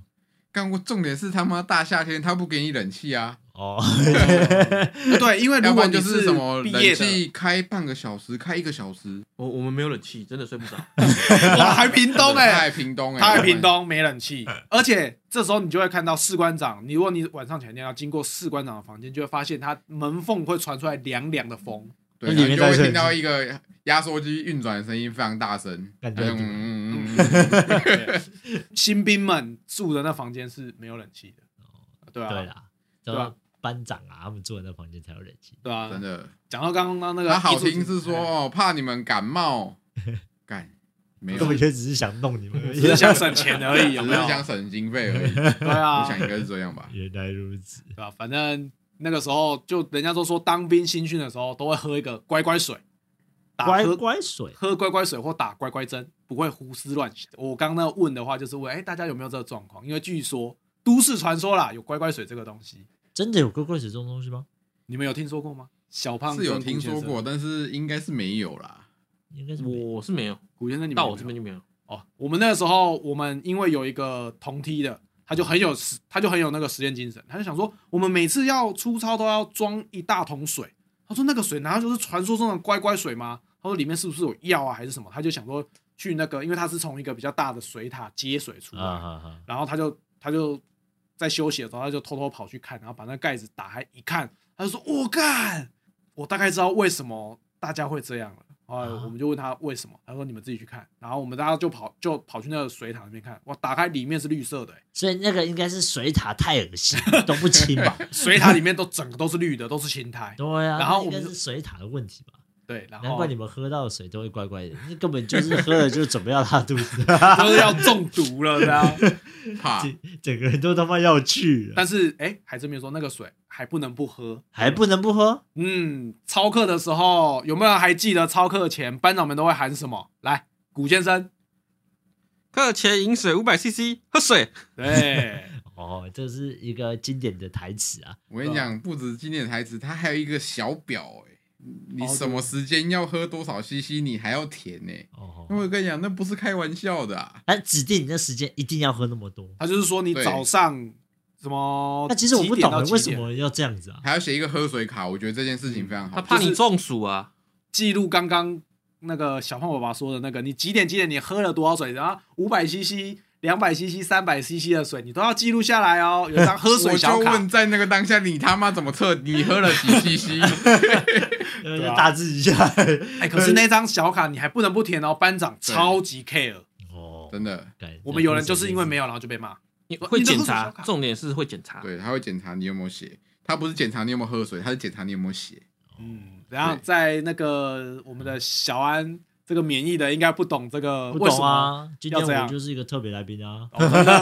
Speaker 3: 干过，重点是他妈大夏天他不给你冷气 啊，
Speaker 1: 哦，
Speaker 2: 对，因为
Speaker 3: 要
Speaker 2: 如
Speaker 3: 不
Speaker 2: 果
Speaker 3: 然
Speaker 2: 你
Speaker 3: 就是什么
Speaker 2: 毕
Speaker 3: 冷
Speaker 2: 业的，
Speaker 3: 气开半个小时，开一个小时。
Speaker 4: 我我们没有冷气，真的睡不 着。
Speaker 2: 哇，哦还屏东
Speaker 3: 他
Speaker 2: 哎、
Speaker 3: 还屏东哎，
Speaker 2: 他还屏东没冷气，而且这时候你就会看到士官长，你如果你晚上前天要经过士官长的房间，就会发现他门缝会传出来凉凉的风，
Speaker 3: 对，
Speaker 1: 那里面
Speaker 3: 然后
Speaker 1: 在
Speaker 3: 就会
Speaker 1: 这
Speaker 3: 听到一个压缩机运转的声音非常大声，
Speaker 1: 感觉很
Speaker 3: 嗯嗯嗯嗯嗯，
Speaker 2: 新兵们住的那房间是没有冷气的，对
Speaker 1: 对
Speaker 2: 啊，
Speaker 1: 啦，都
Speaker 2: 对啊
Speaker 1: 要班长啊，他们坐在那房间才有冷气。
Speaker 2: 对
Speaker 3: 嗯真
Speaker 2: 啊。
Speaker 3: 的。
Speaker 2: 讲到刚刚那个，
Speaker 3: 他好听是
Speaker 2: 哎
Speaker 3: 说，哦，怕你们 感冒，干没
Speaker 1: 根
Speaker 3: 有，
Speaker 1: 本
Speaker 3: 只
Speaker 1: 就只是想弄你们而已。
Speaker 2: 只。是想省钱而已，有
Speaker 3: 是
Speaker 2: 没有？
Speaker 3: 想省经费 而已。
Speaker 2: 对
Speaker 3: 我
Speaker 2: 啊，
Speaker 3: 想应该是这样吧
Speaker 1: 原来如此，
Speaker 2: 对吧、啊反正那个时候就人家都说，当兵新训的时候都会喝一个乖乖水，打
Speaker 1: 乖
Speaker 2: 喝
Speaker 1: 乖水
Speaker 2: 喝乖乖水或打乖乖针，不会胡思乱想。我刚刚那问的话就是问，哎、大家有没有这个状况？因为据说都市传说啦，有乖乖水这个东西，
Speaker 1: 真的有乖乖水这种东西吗？
Speaker 2: 你们有听说过吗？小胖
Speaker 3: 是有
Speaker 2: 跟古
Speaker 3: 听说
Speaker 2: 先生，
Speaker 3: 过，但是应该是没有啦。
Speaker 1: 应该是没有
Speaker 4: 我是没有，
Speaker 2: 古先生你们
Speaker 4: 到
Speaker 2: 有
Speaker 4: 我这
Speaker 2: 没有
Speaker 4: 边就没有。
Speaker 2: 哦，我们那个时候，我们因为有一个同梯的，他就很有实，他就很有那个实验精神，他就想说，我们每次要出操都要装一大桶水。他说那个水难道就是传说中的乖乖水吗？他说里面是不是有药啊，还是什么？他就想说去那个，因为他是从一个比较大的水塔接水出来，
Speaker 1: 啊哈哈，
Speaker 2: 然后他就他就在休息的时候，他就偷偷跑去看，然后把那盖子打开一看，他就说：“我、干，我大概知道为什么大家会这样了。”啊，
Speaker 1: 啊
Speaker 2: 我们就问他为什么，他说：“你们自己去看。”然后我们大家就跑就跑去那个水塔那边看，哇，打开里面是绿色的、欸
Speaker 1: 所以那个应该是水塔太恶 心，都不清吧？
Speaker 2: 水塔里面都整个都是绿的，都是青苔。
Speaker 1: 对啊，
Speaker 2: 然后
Speaker 1: 那应
Speaker 2: 我
Speaker 1: 该
Speaker 2: 们
Speaker 1: 是水塔的问题吧？
Speaker 2: 对，然
Speaker 1: 难
Speaker 2: 后
Speaker 1: 怪你们喝到的水都会怪怪的，那根本就是喝了就准备要拉肚子，
Speaker 2: 就是要中毒了，这样。
Speaker 3: 怕
Speaker 1: 整个人都他妈要去了，
Speaker 2: 但是哎、欸还真没说那个水还不能不喝，
Speaker 1: 还不能不喝
Speaker 2: 嗯，操课的时候有没有人还记得操课前班长们都会喊什么？来，古先生，
Speaker 4: 客钱饮水五百 CC，喝水。
Speaker 2: 对，
Speaker 1: 哦，这是一个经典的台词啊。
Speaker 3: 我跟你讲，不止经典台词，它还有一个小表、欸，你什么时间要喝多少 CC，你还要填呢、欸。
Speaker 1: 哦，
Speaker 3: 那我跟你讲，那不是开玩笑的、啊。
Speaker 1: 他指定你的时间一定要喝那么多。
Speaker 2: 他就是说你
Speaker 3: 对
Speaker 2: 早上什么
Speaker 1: 那
Speaker 2: 几
Speaker 1: 其实我不
Speaker 2: 点
Speaker 1: 懂欸
Speaker 2: 到几
Speaker 1: 为什
Speaker 2: 点
Speaker 1: 么要这样子啊？
Speaker 3: 还要写一个喝水卡，我觉得这件
Speaker 2: 嗯
Speaker 3: 事情非常好。
Speaker 4: 他怕
Speaker 2: 就
Speaker 4: 你
Speaker 2: 是
Speaker 4: 中暑啊，
Speaker 2: 记录刚刚那个小胖爸爸说的那个，你几点几点你喝了多少水，然后五百 CC、两百 CC、三百 CC 的水，你都要记录下来哦。有一张喝水
Speaker 3: 我
Speaker 2: 小
Speaker 3: 就
Speaker 2: 卡
Speaker 3: 问，，在那个当下，你他妈怎么测？你喝了几 CC？
Speaker 1: 呃
Speaker 2: 对啊
Speaker 1: 大致一下。
Speaker 2: 哎，可是那张小卡你还不能不填哦，班长
Speaker 3: 对
Speaker 2: 超级 care。
Speaker 1: 哦，
Speaker 3: 真的，
Speaker 1: 干
Speaker 2: 我们有人就是因为没有，然后就被骂。
Speaker 4: 你
Speaker 2: 你
Speaker 4: 会
Speaker 2: 你的
Speaker 4: 检
Speaker 2: 喝水
Speaker 4: 查
Speaker 2: 小，卡
Speaker 4: 重点是会检查。
Speaker 3: 对，他会检查你有没有写。他不是检查你有没有喝水，他是检查你有没有写。
Speaker 2: 嗯，然后
Speaker 3: 对
Speaker 2: 在那个我们的小安这个免疫的应该不懂这个，
Speaker 1: 不
Speaker 2: 为什
Speaker 1: 懂
Speaker 2: 么
Speaker 1: 啊。今
Speaker 2: 要这
Speaker 1: 天我
Speaker 2: 样
Speaker 1: 就是一个特别来宾啊，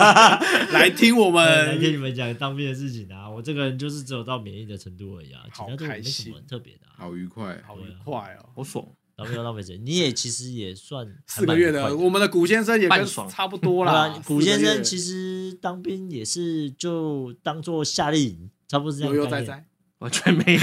Speaker 2: 来听我
Speaker 1: 来听你
Speaker 2: 们
Speaker 1: 们讲当兵的事情啊。我这个人就是只有到免疫的程度而已啊，其
Speaker 2: 好
Speaker 1: 他都没
Speaker 2: 开
Speaker 1: 什
Speaker 2: 心
Speaker 1: 么很特别的啊。
Speaker 3: 好愉快，
Speaker 2: 好愉快哦。
Speaker 4: 好爽，
Speaker 1: 当兵要浪费时间，你也其实也算还
Speaker 2: 四个月
Speaker 1: 蛮愉快
Speaker 2: 的，我们的古先生也
Speaker 4: 半
Speaker 2: 跟
Speaker 4: 爽
Speaker 2: 差不 多
Speaker 1: 对
Speaker 2: 啦
Speaker 1: 啊。，古先生
Speaker 2: 实
Speaker 1: 其实当兵也是就当做夏令营，差不多是这样的
Speaker 2: 悠悠
Speaker 1: 概
Speaker 2: 哉
Speaker 1: 念
Speaker 2: 哉，
Speaker 4: 完 全没有。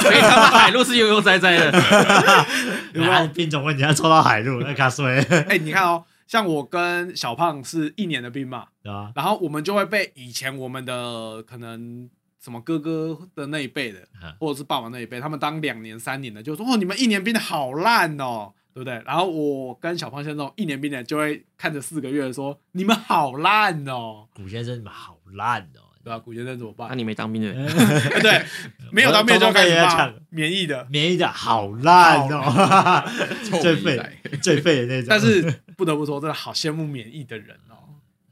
Speaker 4: 所以他们海陆是悠悠哉哉 的，
Speaker 2: 有没有
Speaker 1: 啊兵种问题要抽到海陆，那卡 衰，对
Speaker 2: 哎，你看哦，像我跟小胖是一年的兵嘛，
Speaker 1: 吧？
Speaker 2: 然后我们就会被以前我们的可能什么哥哥的那一辈的
Speaker 1: 嗯，
Speaker 2: 或者是爸爸那一辈，他们当两年、三年的，就说哦，你们一年兵的好烂哦，对不对？然后我跟小胖先生一年兵的就会看着四个月的说，你们好烂哦，
Speaker 1: 古先生你们好烂哦，
Speaker 2: 对吧、古先生怎么办？
Speaker 4: 啊那你没当兵的，
Speaker 2: 哎对，没有当兵的就要开始
Speaker 1: 啊我的头发也要
Speaker 2: 骂
Speaker 1: 抢
Speaker 2: 免疫的，
Speaker 1: 免疫的好烂 哦，
Speaker 3: 臭
Speaker 1: 最
Speaker 3: 肥仔
Speaker 1: 废，最废的那种。
Speaker 2: 但是不得不说，真的好羡慕免疫的人哦。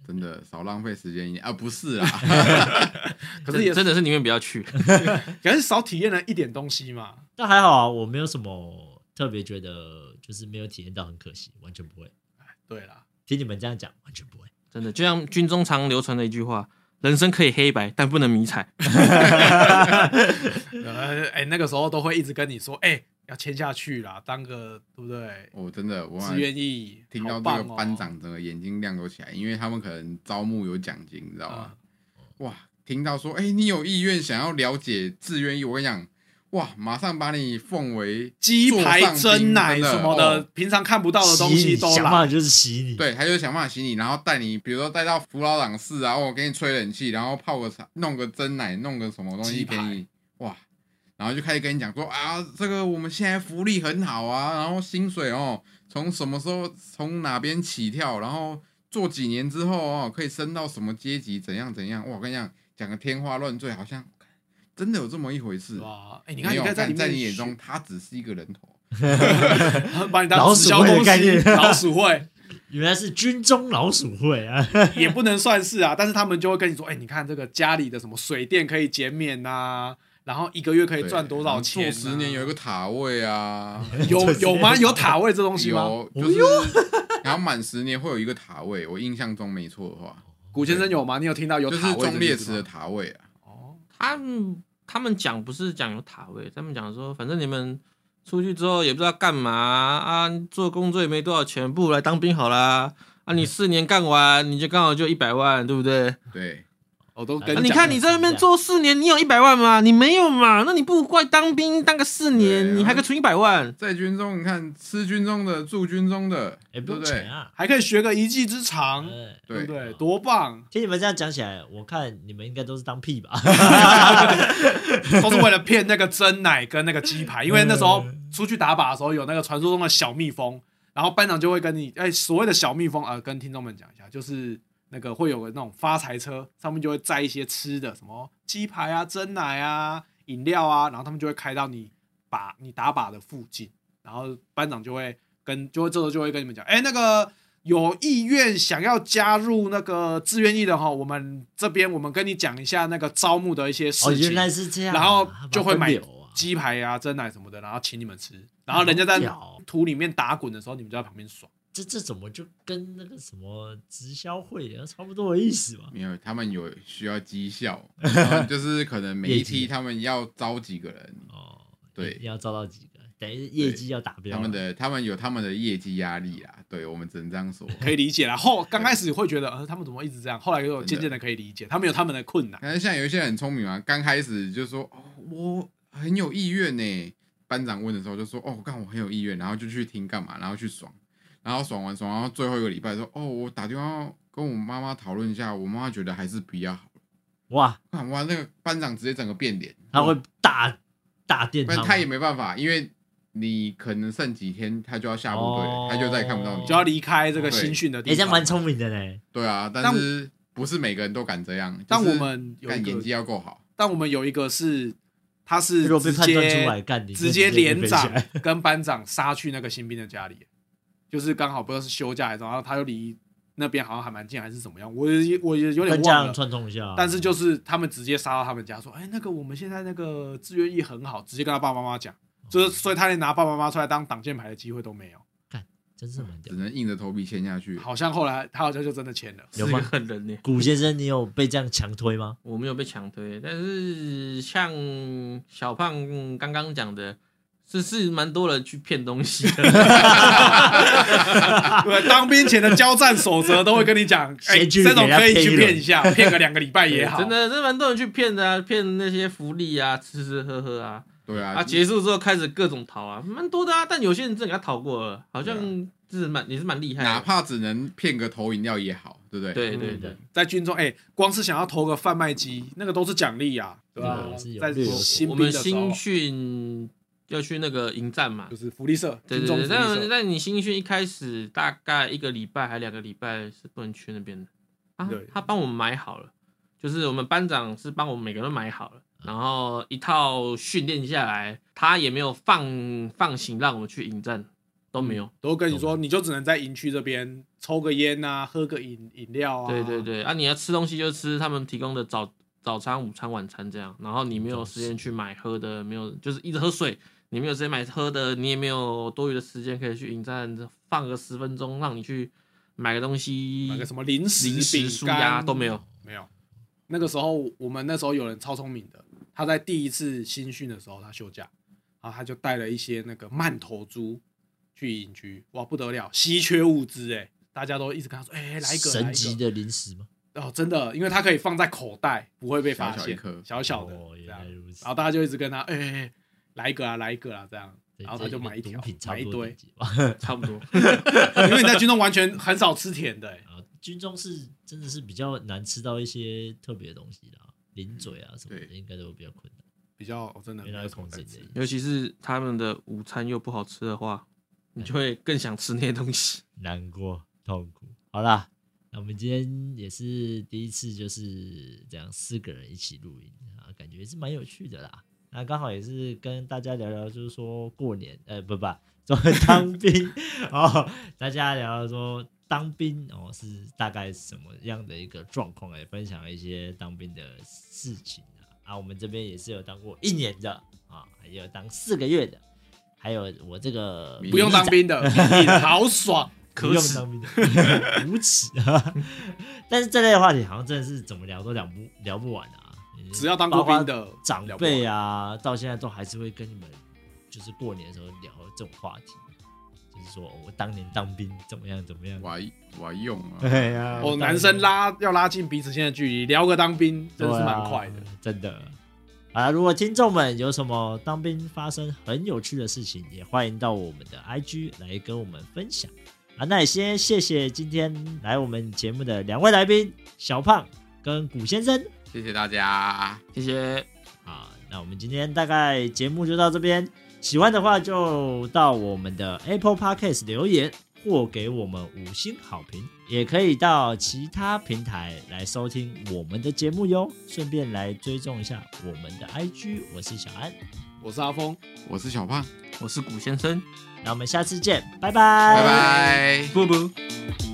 Speaker 3: 真的少浪费时间一点啊！不是啊，
Speaker 2: 可是也
Speaker 4: 真的是宁愿不要 去。
Speaker 2: 可是少体验了一点东西嘛。
Speaker 1: 但还好啊，我没有什么特别觉得就是没有体验到很可惜，完全不会。
Speaker 2: 对啦，
Speaker 1: 听你们这样讲，完全不会。
Speaker 4: 真的，就像军中常流传的一句话：人生可以黑白，但不能迷彩。
Speaker 2: 呃，哎、那个时候都会一直跟你说，哎、要签下去啦，当个对不对？
Speaker 3: 我真的我
Speaker 2: 志愿役，
Speaker 3: 听到
Speaker 2: 好
Speaker 3: 这
Speaker 2: 棒
Speaker 3: 个
Speaker 2: 哦
Speaker 3: 班，长整个眼睛亮都起来，因为他们可能招募有奖金，
Speaker 2: 哦
Speaker 3: 你知道吗？
Speaker 2: 嗯
Speaker 3: 哇，听到说，哎、你有意愿想要了解志愿意，我跟你讲，哇，马上把你奉为
Speaker 2: 鸡排、
Speaker 3: 座上宾
Speaker 2: 蒸奶
Speaker 3: 真的
Speaker 2: 什么的，
Speaker 3: 哦
Speaker 2: 平常看不到的东
Speaker 1: 洗
Speaker 2: 西
Speaker 1: 你，
Speaker 2: 都
Speaker 1: 想办
Speaker 2: 来。
Speaker 1: 法就是洗你。
Speaker 3: 对，他就想办法洗你，然后带你，比如说带到扶老长室啊，哦，给你吹冷气，然后泡个茶，弄个蒸奶，弄个什么东
Speaker 2: 鸡
Speaker 3: 西
Speaker 2: 排
Speaker 3: 给你，哇，然后就开始跟你讲说啊，这个我们现在福利很好啊，然后薪水哦，从什么时候从哪边起跳，然后做几年之后哦，可以升到什么阶级，怎样怎样，哇，我跟你讲，讲个天花乱坠，好像真的有这么一回事。
Speaker 2: 哇，哎、你看，
Speaker 3: 没
Speaker 2: 你
Speaker 3: 有
Speaker 2: 看在里
Speaker 3: 但
Speaker 2: 面
Speaker 3: 在你眼中，他只是一个人头。
Speaker 2: 学 把你当
Speaker 1: 老
Speaker 2: 直
Speaker 1: 鼠
Speaker 2: 销
Speaker 1: 会的
Speaker 2: 公司
Speaker 1: 概念
Speaker 2: 老鼠会
Speaker 1: 原来是军中老鼠会啊！
Speaker 2: 也不能算是啊，但是他们就会跟你说，哎、你看这个家里的什么水电可以减免呐、然后一个月可以
Speaker 3: 对
Speaker 2: 赚多少钱、啊？
Speaker 3: 做十年有一个塔 位啊，
Speaker 2: 有有吗？有塔位这东西吗？哦
Speaker 3: 有，就是然后满十年会有一个塔位，我印象中没错的话，
Speaker 2: 古先生有吗？你有听到有
Speaker 3: 就
Speaker 2: 塔
Speaker 3: 是
Speaker 2: 位这
Speaker 3: 忠
Speaker 2: 个
Speaker 3: 烈
Speaker 2: 字
Speaker 3: 祠的
Speaker 2: 吗
Speaker 3: 塔位啊。
Speaker 2: 哦，
Speaker 4: 他们他们讲不是讲有塔位，他们讲说，反正你们出去之后也不知道干嘛啊，做工作也没多少钱，不如来当兵好啦。啊，你四年干完，你就刚好就一百万，对不对？
Speaker 3: 对，
Speaker 2: 我都
Speaker 1: 啊
Speaker 2: 跟
Speaker 4: 啊、
Speaker 1: 真
Speaker 4: 你
Speaker 2: 哎讲
Speaker 4: 看你在那边做四年，你有一百万吗？你没有嘛？那你不如过来当兵当个四
Speaker 3: 对啊
Speaker 4: 年，你还可以存一百万。
Speaker 3: 在军中你看吃军中的住军中的，
Speaker 1: 也
Speaker 3: 对
Speaker 1: 不
Speaker 3: 不
Speaker 1: 用钱
Speaker 3: 对？
Speaker 1: 啊。
Speaker 2: 还可以学个一技之长，
Speaker 1: 呃
Speaker 2: 对啊不
Speaker 3: 对，
Speaker 2: 对？多棒！
Speaker 1: 听你们这样讲起来，我看你们应该都是当屁吧？
Speaker 2: 都是为了骗那个真奶跟那个鸡排，因为那时候出去打靶的时候有那个传说中的小蜜蜂，然后班长就会跟你，哎，所谓的小蜜蜂啊、呃跟听众们讲一下，就是那个会有个那种发财车，上面就会载一些吃的，什么鸡排啊、真奶啊、饮料啊，然后他们就会开到你靶你打靶的附近，然后班长就会跟就会这时候就会跟你们讲，哎，那个。有意愿想要加入那个志愿役的哈，我们这边我们跟你讲一下那个招募的一些事
Speaker 1: 哦，
Speaker 2: 情。
Speaker 1: 原来是这样啊。
Speaker 2: 然后就会
Speaker 1: 还把
Speaker 2: 买
Speaker 1: 分流啊
Speaker 2: 鸡排啊、蒸奶什么的，然后请你们吃，然后人家在
Speaker 1: 好屌哦
Speaker 2: 土里面打滚的时候，你们就在旁边爽。
Speaker 1: 这这怎么就跟那个什么直销会也差不多的意思嘛？
Speaker 3: 没有，他们有需要绩 效，然后就是可能每
Speaker 1: 业
Speaker 3: 一
Speaker 1: 绩
Speaker 3: 梯他们要招几个人，
Speaker 1: 哦，
Speaker 3: 对
Speaker 1: 一定要招到几个？等于是业绩要达标了。
Speaker 3: 他们的他们有他们的业绩压力啊，对我们只能 这样说。
Speaker 2: 可以理解啦。后刚开始会觉得，呃，他们怎么一直这样？后来又渐渐的可以理解，他们有他们的困难。
Speaker 3: 但是像有一些人很聪明啊，刚开始就说哦，我很有意愿呢。班长问的时候就说哦，干我很有意愿，然后就去听干嘛，然后去爽，然后爽完爽，然后最后一个礼拜说哦，我打电话跟我妈妈讨论一下，我妈妈觉得还是比较好。
Speaker 1: 哇，
Speaker 3: 干哇，那个班长直接整个变脸，
Speaker 1: 他会大大电
Speaker 3: 但
Speaker 1: 吗
Speaker 3: 他也没办法，因为你可能剩几天他就要下部队了，
Speaker 1: 哦
Speaker 3: 他就再也看不到你。
Speaker 2: 就要离开这个新训的地
Speaker 1: 哎，这
Speaker 2: 方。
Speaker 1: 样蛮聪明的嘞。
Speaker 3: 对啊，但是不是每个人都敢这样？
Speaker 2: 但
Speaker 3: 就是
Speaker 2: 我们有一
Speaker 3: 干演技
Speaker 2: 个，
Speaker 3: 要够好，
Speaker 2: 但我们有一个是，他是
Speaker 1: 如果啊被
Speaker 2: 直
Speaker 1: 判断出来，
Speaker 2: 接
Speaker 1: 干你就
Speaker 2: 直接连
Speaker 1: 被
Speaker 2: 长
Speaker 1: 起来
Speaker 2: 跟班长杀去那个新兵的家里，就是刚好不知道是休假还是，然后他又离那边好像还蛮近，还是怎么样？我也我也有点
Speaker 1: 跟家
Speaker 2: 忘
Speaker 1: 人
Speaker 2: 了。
Speaker 1: 串通一下啊。
Speaker 2: 但是就是他们直接杀到他们家，说：“哎、那个我们现在那个志愿役很好，直接跟他爸爸妈妈讲。”就是所以他连拿爸爸妈妈出来当挡箭牌的机会都没有。
Speaker 1: 真是蛮屌
Speaker 3: 只。能硬着头皮签下去。
Speaker 2: 好像后来他好像就真的签了。
Speaker 1: 有
Speaker 4: 是个
Speaker 1: 吗
Speaker 4: 狠人呢。
Speaker 1: 古先生，你有被这样强推吗？
Speaker 4: 我没有被强推，但是像小胖刚刚讲的，是是蛮多人去骗东西的。
Speaker 2: 对，当兵前的交战守则都会跟你讲，哎、
Speaker 1: 先去
Speaker 2: 这种可以去
Speaker 1: 给人家骗一轮
Speaker 2: 骗一下，骗个两个礼拜也好。
Speaker 4: 真，的，这蛮多人去骗的啊，骗那些福利啊，吃吃喝喝啊，
Speaker 3: 对啊，
Speaker 4: 啊，结束之后开始各种逃啊，蛮多的啊。但有些人真的给他逃过了，好像
Speaker 2: 啊
Speaker 4: 是蛮也是蛮厉害
Speaker 3: 哪
Speaker 4: 的。
Speaker 3: 怕只能骗个投饮料也好，对不对？，
Speaker 4: 对对对，
Speaker 2: 在军中，哎、光是想要投个贩卖机，那个都是奖励啊，对吧、
Speaker 1: 对是有
Speaker 2: 在
Speaker 1: 略有
Speaker 2: 新
Speaker 4: 我
Speaker 2: 兵
Speaker 4: 们
Speaker 2: 的时候
Speaker 4: 新训要去那个营站嘛
Speaker 2: 就，是福利社，
Speaker 4: 对
Speaker 2: 军中
Speaker 4: 对
Speaker 2: 福
Speaker 4: 对。
Speaker 2: 利
Speaker 4: 但
Speaker 2: 社，
Speaker 4: 但你新训一开始大概一个礼拜还两个礼拜是不能去那边的啊
Speaker 2: 对，
Speaker 4: 他帮我们买好了，就是我们班长是帮我们每个人都买好了，
Speaker 2: 嗯
Speaker 4: 然后一套训练下来，他也没有放放行让我们去营站，都没有。
Speaker 2: 都跟你说，你就只能在营区这边抽个烟啊，喝个饮饮料啊。
Speaker 4: 对对，对，啊，你要吃东西就吃他们提供的早早餐、午餐、晚餐这样，然后你没有时间去买喝的，没有就是一直喝水，你没有时间买喝的，你也没有多余的时间可以去迎站放个十分钟，让你去买个东西，
Speaker 2: 买个 什么零食、
Speaker 4: 零
Speaker 2: 饼
Speaker 4: 食、舒压
Speaker 2: 干
Speaker 4: 都没有。
Speaker 2: 没有。那个时候我们那时候有人超聪明的，他在第一次新训的时候他休假，然后他就带了一些那个曼头猪去营区，哇不得了，稀缺物资哎、大家都一直跟他说，哎、来一个，来
Speaker 1: 神级
Speaker 2: 一个，
Speaker 1: 的零食吗？
Speaker 2: 哦真的，因为它可以放在口袋，不会被发
Speaker 3: 小小
Speaker 2: 现
Speaker 3: 一颗，
Speaker 2: 小小的
Speaker 1: 哦，
Speaker 2: 这
Speaker 1: 原
Speaker 2: 样
Speaker 1: 来，如此
Speaker 2: 然。后大家就一直跟他，哎、哎哎来一个啊，来一个啊，这样，
Speaker 1: 对
Speaker 2: 然后
Speaker 1: 这
Speaker 2: 他就
Speaker 1: 跟
Speaker 2: 买一条
Speaker 1: 毒品，差
Speaker 2: 买
Speaker 1: 不
Speaker 2: 一
Speaker 1: 多
Speaker 2: 堆
Speaker 1: 等，级吧。
Speaker 4: 差不多。
Speaker 2: 因为你在军中完全很少吃甜的、哎
Speaker 1: 啊，军中是真的是比较难吃到一些特别的东西啦，零嘴啊什么的，
Speaker 3: 对
Speaker 1: 应该都比较困难，
Speaker 2: 比较、哦真的
Speaker 1: 因为
Speaker 2: 没
Speaker 1: 它
Speaker 2: 有
Speaker 1: 是
Speaker 2: 什么
Speaker 1: 控
Speaker 2: 在
Speaker 1: 制
Speaker 2: 吃
Speaker 1: 的。
Speaker 4: 尤其是他们的午餐又不好吃的话，你就会更想吃那些东西。
Speaker 1: 难过痛苦。好啦，那我们今天也是第一次就是这样四个人一起录音啊，感觉是蛮有趣的啦。那刚好也是跟大家聊聊，就是说过年，呃，不不，说当兵 哦，大家聊聊说当兵哦是大概什么样的一个状况，也分享一些当兵的事情啊。啊，我们这边也是有当过一年的啊，也有当四个月的，还有我这个
Speaker 3: 不
Speaker 2: 不用当兵的，你好爽。
Speaker 1: 不用当兵 的，无耻啊！但是这类的话题好像真的是怎么聊都聊不聊不完啊。
Speaker 2: 只要当过兵的
Speaker 1: 包括长辈啊，到现在都还是会跟你们，就是过年的时候聊这种话题，就是说、哦我当年当兵怎么样怎么样。
Speaker 3: 我还我还用啊，
Speaker 1: 对呀、
Speaker 2: 哦，
Speaker 1: 当
Speaker 2: 男生拉要拉近彼此间的距离，聊个当兵真的是蛮快的
Speaker 1: 对。啊真的。啊，如果听众们有什么当兵发生很有趣的事情，也欢迎到我们的 IG 来跟我们分享。啊，那也先谢谢今天来我们节目的两位来宾小胖跟古先生。
Speaker 3: 谢谢大家，
Speaker 4: 谢谢，
Speaker 1: 啊，那我们今天大概节目就到这边，喜欢的话就到我们的 Apple Podcast 留言或给我们五星好评，也可以到其他平台来收听我们的节目哟，顺便来追踪一下我们的 IG，我是小安，
Speaker 2: 我是阿峰，
Speaker 3: 我是小胖，
Speaker 4: 我是古先生，
Speaker 1: 那我们下次见，拜
Speaker 3: 拜拜。
Speaker 2: 拜
Speaker 4: 不不。